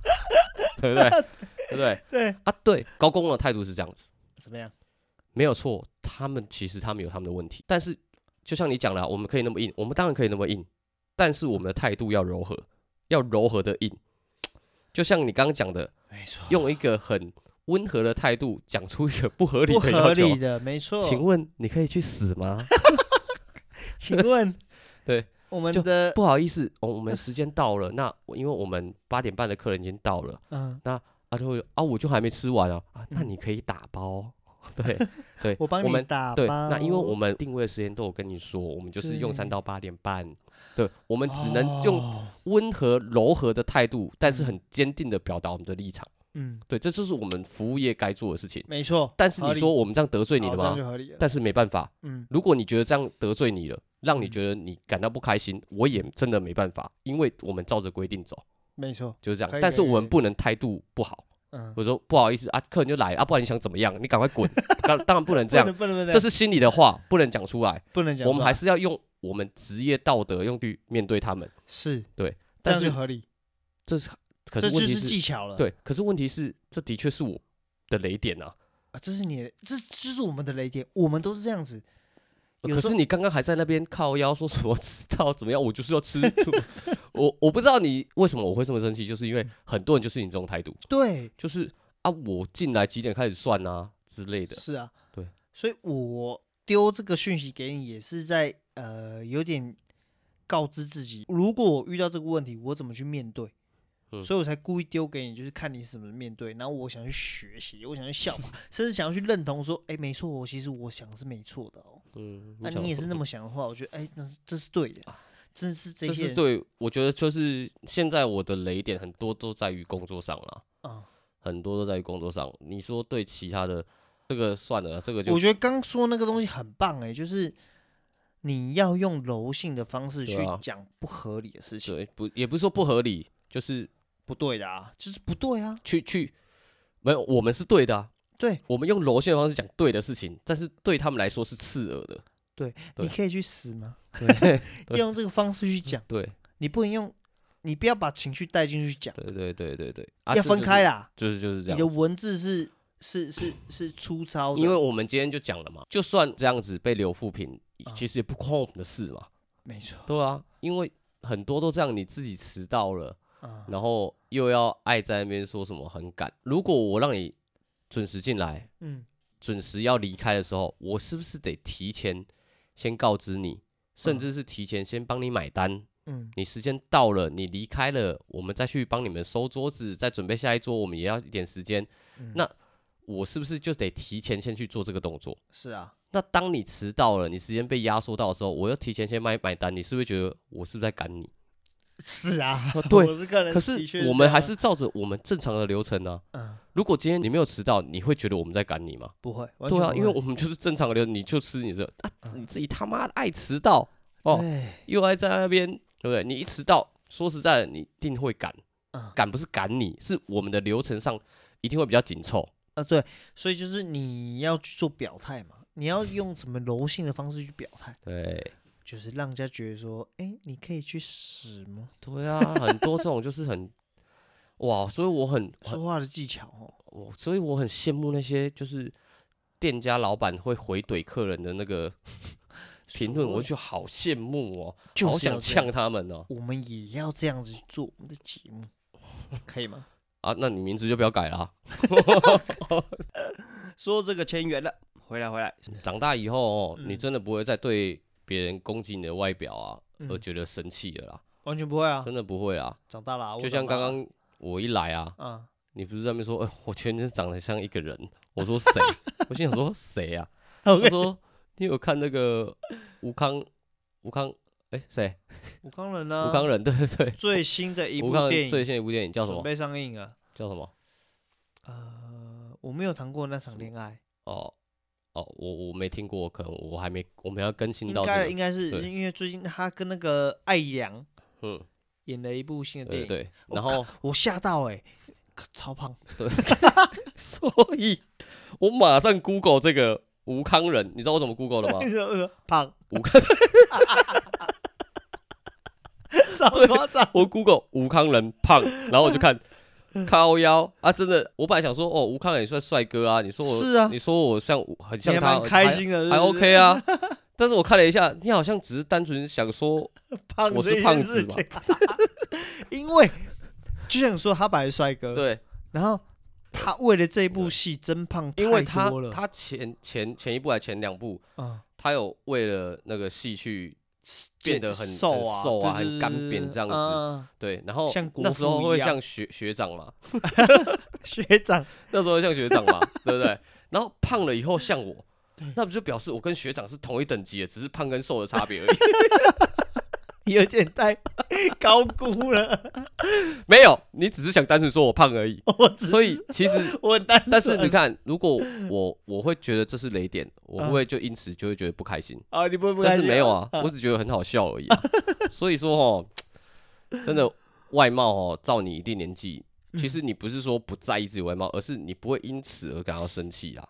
B: 对不对？对不对？
A: 对
B: 啊，对，高工的态度是这样子，
A: 怎么样？
B: 没有错，他们其实他们有他们的问题，但是就像你讲的啊，我们可以那么硬，我们当然可以那么硬，但是我们的态度要柔和，要柔和的硬，就像你刚刚讲的，
A: 没错，
B: 用一个很温和的态度讲出一个不合理
A: 不
B: 的要
A: 合
B: 求
A: 理。的，没错。
B: 请问你可以去死吗？ (laughs)
A: 请问
B: 对
A: 我们
B: 就
A: 的
B: 不好意思，哦，我们时间到了。那我因为我们八点半的客人已经到了，
A: 嗯，
B: 啊，就会啊，我就还没吃完啊，啊，那
A: 嗯
B: 你可以打包 (laughs) 哦。对对，
A: 我帮
B: 我
A: 你
B: 们
A: 打包。
B: 对，那因为我们定位的时间都有跟你说，我们就是用餐
A: 对
B: 到八点半。对，我们只
A: 哦
B: 能用温和柔和的态度，但是
A: 嗯
B: 很坚定的表达我们的立场。
A: 嗯，
B: 对，这就是我们服务业该做的事情。
A: 没错。
B: 但是
A: 合
B: 你
A: 理
B: 说我们这样得罪你
A: 好
B: 了
A: 这样
B: 吗？
A: 就合理了。
B: 但是没办法，
A: 嗯，
B: 如果你觉得这样得罪你了，让你
A: 嗯
B: 觉得你感到不开心，我也真的没办法，因为我们照着规定走，
A: 没错。
B: 就是这
A: 可
B: 样。
A: 以
B: 但
A: 可
B: 是
A: 以
B: 我
A: 可以
B: 们不能态度不好，
A: 嗯，
B: 我说不好意思啊，客人就来了啊，不然你想怎么样？你赶
A: (laughs)
B: 快滚！当当然不能这
A: 不
B: 样，
A: 能不能不能
B: 这是心里的话，不能讲出来。
A: 不能讲出来。
B: 我们还是要用我们职业道德用去面对他们，
A: 是这
B: 但
A: 样就是合理，
B: 这是可
A: 这
B: 是
A: 就
B: 问题
A: 是
B: 是，
A: 技巧了。
B: 对，可是问题是这的确是我的雷点啊。
A: 啊，这是你的，这这是我们的雷点，我们都是这样子。有
B: 可
A: 时候
B: 是你刚刚还在那边靠腰说什么吃到怎么样，我就是要吃。 (laughs) 我我不知道你为什么我会这么生气，就是因为很多人就是你这种态度，
A: 对，
B: 就是啊，我进来几点开始算啊之类的。
A: 是啊，
B: 对，
A: 所以我丢这个讯息给你，也是在呃有点告知自己，如果我遇到这个问题，我怎么去面对。
B: 嗯
A: 所以我才故意丢给你，就是看你怎么面对。然后我想去学习，我想去效
B: (laughs)
A: 仿，甚至想要去认同说，哎、没错哦，其实我想是没错的哦。
B: 嗯，
A: 那、
B: 想
A: 你也是那
B: 嗯
A: 么想的话，我觉得，哎、那这是对的，真是这
B: 这
A: 些
B: 是
A: 人
B: 对，我觉得就是现在我的雷点很多都在于工作上啦，
A: 啊、
B: 很多都在于工作上。你说对其他的这个算了，这个就
A: 我觉得刚说那个东西很棒、哎，就是你要用柔性的方式
B: 对
A: 去
B: 啊
A: 讲不合理的事情，
B: 对不也不是说不合理，就是
A: 不对的啊，就是不对啊。
B: 去去没有我们是对的、啊，
A: 对，
B: 我们用柔性的方式讲对的事情，但是对他们来说是刺耳的。对
A: 你可以去死吗？
B: 对对嗯
A: 用这个方式去讲，
B: 对
A: 你不能用，你不要把情绪带进去讲，
B: (laughs) 对对对对对，啊、
A: 要
B: 这
A: 分
B: 就是
A: 开，啦。
B: 就是就是这
A: 你
B: 样
A: 的。文字是是是是粗糙的，
B: 因为我们今天就讲了嘛，就算这样子被留负评
A: 啊，
B: 其实也不关我们的事嘛。
A: 没错
B: 对啊，因为很多都这样，你自己迟到了，
A: 啊，
B: 然后又要爱在那边说什么很赶。如果我让你准时进来，
A: 嗯，
B: 准时要离开的时候，我是不是得提前先告知你，甚
A: 嗯
B: 至是提前先帮你买单？
A: 嗯
B: 你时间到了，你离开了，我们再去帮你们收桌子，再准备下一桌，我们也要一点时间。
A: 嗯
B: 那我是不是就得提前先去做这个动作？
A: 是啊，
B: 那当你迟到了，你时间被压缩到的时候，我又提前先买买单，你是不是觉得我是不是在
A: (laughs)
B: 赶你？
A: 是啊，
B: 哦对
A: (laughs) 我是个人，
B: 可
A: 的确
B: 是
A: 是
B: 我们
A: 这样
B: 还
A: 啊
B: 是照着我们正常的流程啊。
A: 嗯
B: 如果今天你没有迟到，你会觉得我们在赶你吗？
A: 不会，完
B: 对
A: 全
B: 啊，
A: 不
B: 因为
A: 会
B: 我们就是正常的流程，你就吃你这啊，
A: 嗯
B: 你自己他妈的爱迟到，哦
A: 对
B: 又爱在那边，对不对？你一迟到，说实在的，你一定会赶
A: 嗯。
B: 赶不是赶你，是我们的流程上一定会比较紧凑。
A: 啊对，所以就是你要去做表态嘛，你要用什么柔性的方式去表态，
B: 对，
A: 就是让人家觉得说，哎，你可以去死吗？
B: 对啊， (laughs) 很多这种就是很哇，所以我很很
A: 说话的技巧哦，
B: 我所以我很羡慕那些就是店家老板会回怼客人的那
A: (laughs)
B: 个评论，
A: 所
B: 我
A: 以
B: 就好羡慕哦，
A: 就
B: 好
A: 是要
B: 想
A: 这样
B: 呛他们哦。
A: 我们也要这样子去做我们的节目，可以吗？ (laughs)
B: 啊，那你名字就不要改啦。
A: 说这个签约了，回来回来，
B: 长大以后哦，你
A: 嗯
B: 真的不会再对别人攻击你的外表啊而
A: 嗯
B: 觉得生气了啦，
A: 完全不会啊，
B: 真的不会啊。
A: 长大了啊，我
B: 就
A: 长
B: 像
A: 大
B: 刚
A: 了啊
B: 刚我一来啊，
A: 啊。
B: 你不是在那边说，哎，我觉得你长得像一个人。我说谁？ (laughs) 我心想说
A: (laughs)
B: 谁啊？他
A: OK，
B: 说你有看那个吴康吴康哎谁？
A: 武康人呢？
B: 吴康人，对 (laughs) 对对，
A: 最新的一
B: 吴
A: 部
B: 康
A: 电
B: 人
A: 影
B: 最新的一部电影叫什
A: 准
B: 么？
A: 备上映了。
B: 叫什么？
A: 呃，我没有谈过那场恋爱，
B: 哦哦，我我没听过，可能我还没，我们要更新
A: 应
B: 到
A: 该
B: 这
A: 应
B: 个，
A: 该是
B: 对
A: 因为最近他跟那个艾良
B: 嗯，
A: 演了一部新的电
B: 对
A: 影，
B: 对。
A: 我
B: 然后，
A: 我吓到哎、可超胖，
B: 所以我马上 Google 这个吴康人， (laughs) 你知道我怎么
A: (laughs)
B: Google 的吗？
A: 胖，
B: 吴康，
A: (laughs) 超夸
B: (laughs)
A: 张，
B: 我 Google 吴康人胖，然后我
A: (laughs)
B: 就看靠腰啊，真的，我本来想说，哦，吴康人也算帅哥啊，你说我，
A: 是啊
B: 你说我像很
A: 你
B: 像
A: 还
B: 他，
A: 蛮开
B: 还
A: 心的，
B: 还
A: 是不是 (laughs)
B: OK 啊。但是我看了一下，你好像只是单纯想说，
A: 胖
B: 我
A: 这
B: 是
A: 件
B: 胖
A: 事
B: 子嘛
A: 情， (laughs) 因为就像你说他本来帅哥，
B: 对，
A: 然后他为了这部
B: 对
A: 戏增胖
B: 因为
A: 太
B: 他
A: 多了，
B: 他前前前一部还前两部，
A: 嗯
B: 他有为了那个戏去
A: 减
B: 变得很
A: 瘦啊，
B: 很瘦啊
A: 对对
B: 很
A: 对
B: 干
A: 对
B: 扁
A: 对
B: 这样子
A: 嗯
B: 对，然后
A: 像国
B: 那时候
A: 父一
B: 会
A: 样
B: 像学学长嘛，
A: (laughs)
B: (laughs)
A: 学长，
B: 那时候会像学长
A: (laughs)
B: 嘛，对不对？然后胖了以后像我，那不就表示我跟学长是同一等级的，只是胖跟瘦的差别而已。 (laughs)
A: 有点太高估了，
B: 没有，你只是想单纯说我胖而已。
A: (laughs) 我只
B: 所以其实，
A: (laughs) 我单
B: (laughs) 但是你
A: 纯
B: 看，如果我我会觉得这是雷点，我会不会
A: 嗯
B: 就因此就会觉得不开心？
A: 啊，你不会不开
B: 但
A: 心
B: 是没有
A: 嗯
B: 啊，我只觉得很好笑而已啊、 (laughs) 所以说哦，真的外貌哦，照你一定年纪，其
A: 嗯
B: 实你不是说不在意自己外貌，而是你不会因此而感到生气啦。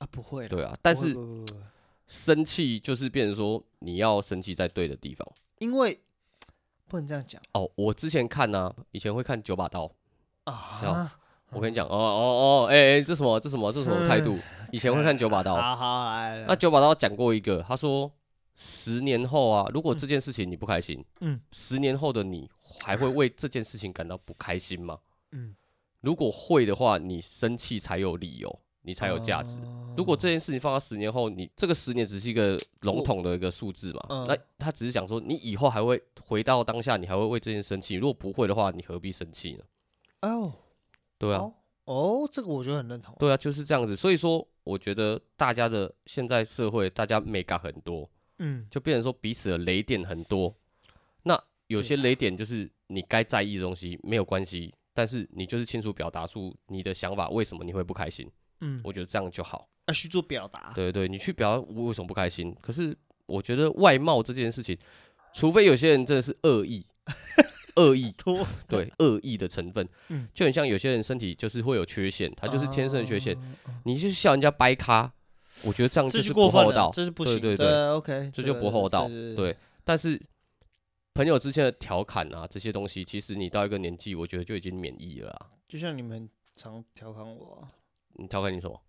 A: 啊，不会啦，
B: 对啊，但
A: 不会
B: 是
A: 不会不会
B: 生气就是变成说你要生气在对的地方。
A: 因为不能这样讲
B: 哦，我之前看呢、以前会看九把刀，
A: 啊，
B: 我跟你讲，哦哦哦，哎、哎，这什么这什么这什么态度？以前会看九把刀，
A: 嗯 (laughs) 好好来，
B: 那
A: 那
B: 九把刀讲过一个，他说十年后啊，如果这件事情你不开心，
A: 嗯
B: 十年后的你还会为这件事情感到不开心吗？
A: 嗯，
B: 如果会的话，你生气才有理由，你才有价
A: 哦
B: 值。如果这件事情放到十年后，你这个十年只是一个笼统的一个数字嘛，
A: 嗯
B: 那他只是想说，你以后还会回到当下，你还会为这件事生气。如果不会的话，你何必生气呢？
A: 哎呦，
B: 对啊，
A: 哦哦，这个我觉得很认同。
B: 对啊，就是这样子。所以说，我觉得大家的现在社会，大家美感很多，
A: 嗯，
B: 就变成说彼此的雷点很多。那有
A: 啊
B: 些雷点就是你该在意的东西没有关系，但是你就是清楚表达出你的想法，为什么你会不开心？
A: 嗯，
B: 我觉得这样就好。
A: 要去做表达。
B: 对对，你去表达我为什么不开心。可是我觉得外貌这件事情，除非有些人真的是恶意， (laughs) 恶意
A: 多，
B: 对恶意的成分
A: 嗯，
B: 就很像有些人身体就是会有缺陷，他就是天生的缺陷
A: 哦，，
B: 你去笑人家掰咖，我觉得这样
A: 这
B: 就是
A: 过
B: 不
A: 分
B: 厚
A: 了
B: 道，
A: 这是不
B: 对
A: 行。
B: 对对
A: o k
B: 这就不厚道。
A: 对对，
B: 对，但是朋友之间的调侃啊，这些东西，其实你到一个年纪，我觉得就已经免疫了啊。
A: 就像你们常调侃我啊，
B: 你调侃你什么？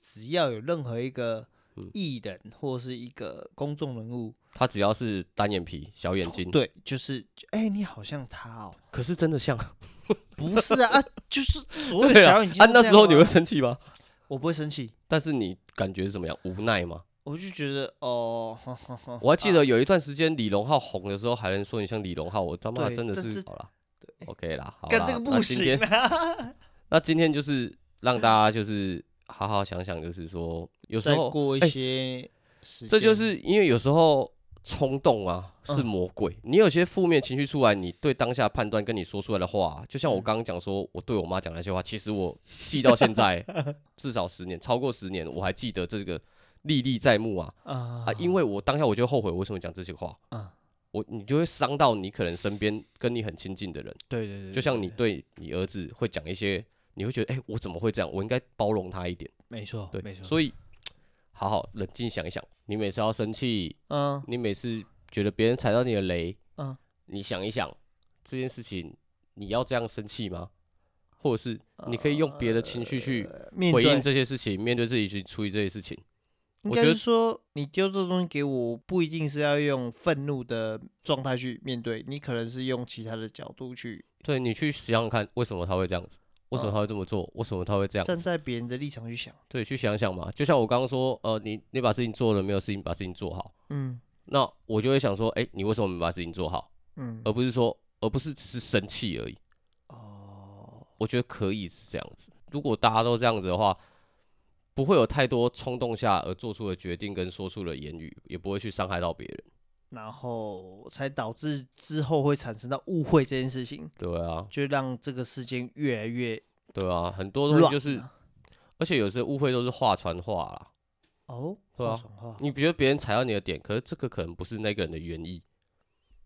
A: 只要有任何一个
B: 嗯
A: 艺人或是一个公众人物，
B: 他只要是单眼皮、小眼睛，
A: 对，就是哎、你好像他哦，
B: 可是真的像。
A: 不是啊，啊就是所有
B: 对啊
A: 小眼睛、
B: (laughs) 啊，那时候你会，生气吗？
A: 我不会生气，
B: 但是你感觉是怎么样？无奈吗？
A: 我就觉得哦， (laughs)
B: 我还记得有一段时间李荣浩红的时候，还能说你像李荣浩，我他妈
A: 对
B: 真的
A: 但
B: 是
A: 是
B: 好了，OK 啦，好
A: 干
B: 啦，
A: 这个
B: 那
A: 不
B: 今
A: 行
B: 天
A: 啊，
B: 那今天就是让大家就是好好想想，就是说有时
A: 再
B: 候
A: 过一
B: 哎
A: 些时间、
B: 这就是因为有时候冲动啊是
A: 嗯
B: 魔鬼，你有些负面情绪出来，你对当下判断跟你说出来的话，就像我
A: 嗯
B: 刚刚讲说，我对我妈讲那些话，其实我记到现在 (laughs) 至少十年，超过十年，我还记得这个历历在目啊
A: 啊
B: 啊！因为我当下我就后悔，我为什么讲这些话
A: 啊
B: 我你就会伤到你可能身边跟你很亲近的人，
A: 对对对，
B: 就像你
A: 对
B: 对你儿子会讲一些，你会觉得哎、我怎么会这样？我应该包容他一点，
A: 没错，
B: 对
A: 没，错，以
B: 所以好好冷静想一想，你每次要生气，
A: 嗯
B: 你每次觉得别人踩到你的雷，
A: 嗯
B: 你想一想这件事情，你要这样生气吗？或者是你可以用别的情绪去
A: 呃面
B: 回应
A: 对，
B: 这些事情，面对自己去处理这些事情。
A: 应
B: 我
A: 该
B: 觉
A: 是
B: 得
A: 说你丢这东西给我，不一定是要用愤怒的状态去面对，你可能是用其他的角度去
B: 对你去想想看，为什么他会这样子？为什
A: 嗯
B: 么他会这么做？为什么他会这样
A: 站
B: 子？
A: 在别人的立场去想，
B: 对，去想想嘛。就像我刚刚说，呃，你你把事情做了没有？事情把事情做好，
A: 嗯
B: 那我就会想说，哎、你为什么没把事情做好？
A: 嗯
B: 而不是说，而不是只是生气而已。
A: 哦，
B: 我觉得可以是这样子。如果大家都这样子的话，不会有太多冲动下而做出的决定跟说出的言语，也不会去伤害到别人。
A: 然后才导致之后会产生到误会这件事情，
B: 对啊，
A: 就让这个事件越来越
B: 对啊，很多东西
A: 乱
B: 就
A: 了。
B: 是，而且有时候误会都是话传话啦。
A: 哦，
B: 对
A: 话
B: 啊
A: 传话
B: 你觉得别人踩到你的点，可是这个可能不是那个人的原意。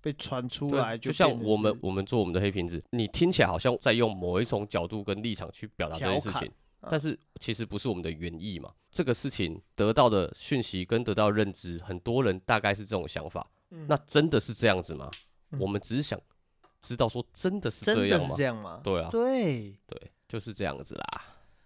A: 被传出
B: 对
A: 来
B: 就
A: 变
B: 像
A: 成
B: 我们
A: 是
B: 我们做我们的黑瓶子，你听起来好像在用某一种角度跟立场去表达这件事
A: 调侃
B: 情，但是其实不是我们的原意嘛。这个事情得到的讯息跟得到的认知，很多人大概是这种想法。
A: 嗯
B: 那真的是这样子吗？我们只是想知道说真的是这
A: 真的
B: 样
A: 是
B: 吗？
A: 这样吗？
B: 对啊，
A: 对，
B: 对，就是这样子啦，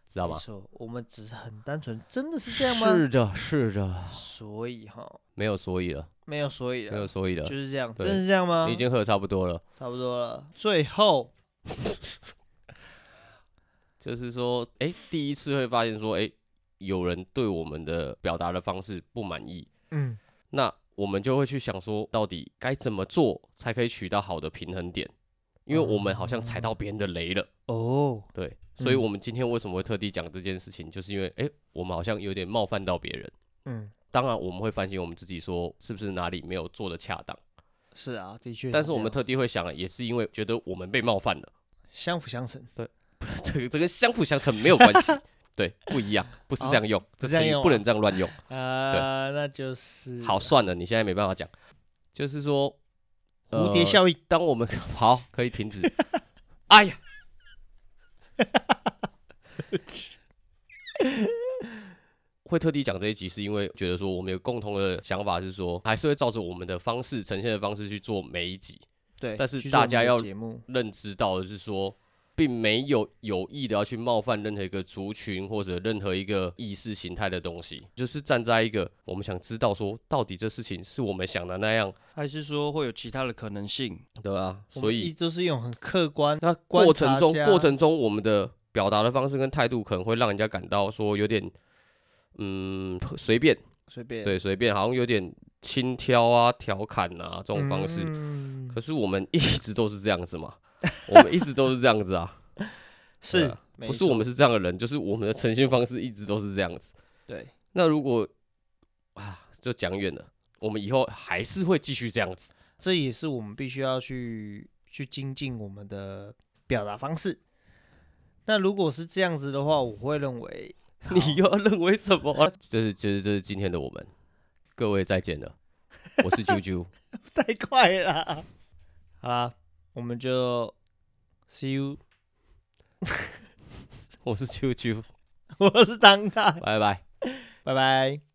B: 知道
A: 没
B: 吗？
A: 错，我们只是很单纯，真的是这样吗？
B: 是的，是的，
A: 所以哈，
B: 没有所以了，
A: 没有所以
B: 没有
A: 了，
B: 所以了
A: 就，是这啊样，
B: 对
A: 真的是这样吗？
B: 你已经喝得差不多了。
A: 差不多了。最后，
B: 就是说，哎、第一次会发现说，哎、有人对我们的表达的方式不满意，
A: 嗯，
B: 那我们就会去想说，到底该怎么做才可以取到好的平衡点？因为我们好像踩到别人的雷了，
A: 哦，
B: 对，所以我们今天为什么会特地讲这件事情，就是因为，哎、我们好像有点冒犯到别人。
A: 嗯，
B: 当然，我们会反省我们自己，说是不是哪里没有做的恰当。
A: 是啊，的确这样。
B: 但是我们特地会想，也是因为觉得我们被冒犯了，
A: 相辅相成，
B: 这个这跟相辅相成没有关
A: (laughs)
B: 系，对，不一样，不是这样用，这
A: 哦不这样
B: 成语
A: 用
B: 不
A: 啊
B: 能这样乱用。
A: 呃，那就是
B: 好，算了，你现在没办法讲，就是说
A: 蝴蝶
B: 呃
A: 效应。
B: 当我们 (laughs) 好可以停止，哎呀，会特地讲这一集，是因为觉得说我们有共同的想法，是说还是会照着我们的方式呈现的方式去做每一集，
A: 对，
B: 但是
A: 去做
B: 大
A: 我们
B: 家
A: 的
B: 要
A: 节目，
B: 认知到的是说并没有有意的要去冒犯任何一个族群或者任何一个意识形态的东西，就是站在一个我们想知道说到底这事情是我们想的那样，
A: 还是说会有其他的可能性？
B: 对啊，
A: 我
B: 所
A: 们
B: 以
A: 一都是用很客观，
B: 那
A: 观
B: 过程
A: 察
B: 中，
A: 家
B: 过程中我们的表达的方式跟态度，可能会让人家感到说有点，嗯，随便，
A: 随便
B: 对，随便，好像有点轻佻啊、调侃啊这种方式。
A: 嗯
B: 可是我们一直都是这样子嘛，我们一直都是这样子啊，对
A: 是
B: 啊
A: 没
B: 不是我
A: 错
B: 们是这样的人，就是我们的呈现方式一直都是这样子。
A: 对
B: 那如果啊，就讲远了，我们以后还是会继续
A: (laughs)
B: 这样子。
A: 这也是我们必须要去去精进我们的表达方式。那如果是这样子的话，我会认为
B: 你又要认为什么、啊？这是这是这是今天的我们，各位再见了，我是
A: (laughs)
B: 啾啾。
A: (laughs) 太快了。好啦，我们就 see you， (laughs)
B: 我是啾啾，
A: 我是当大，
B: 拜拜。
A: 拜拜。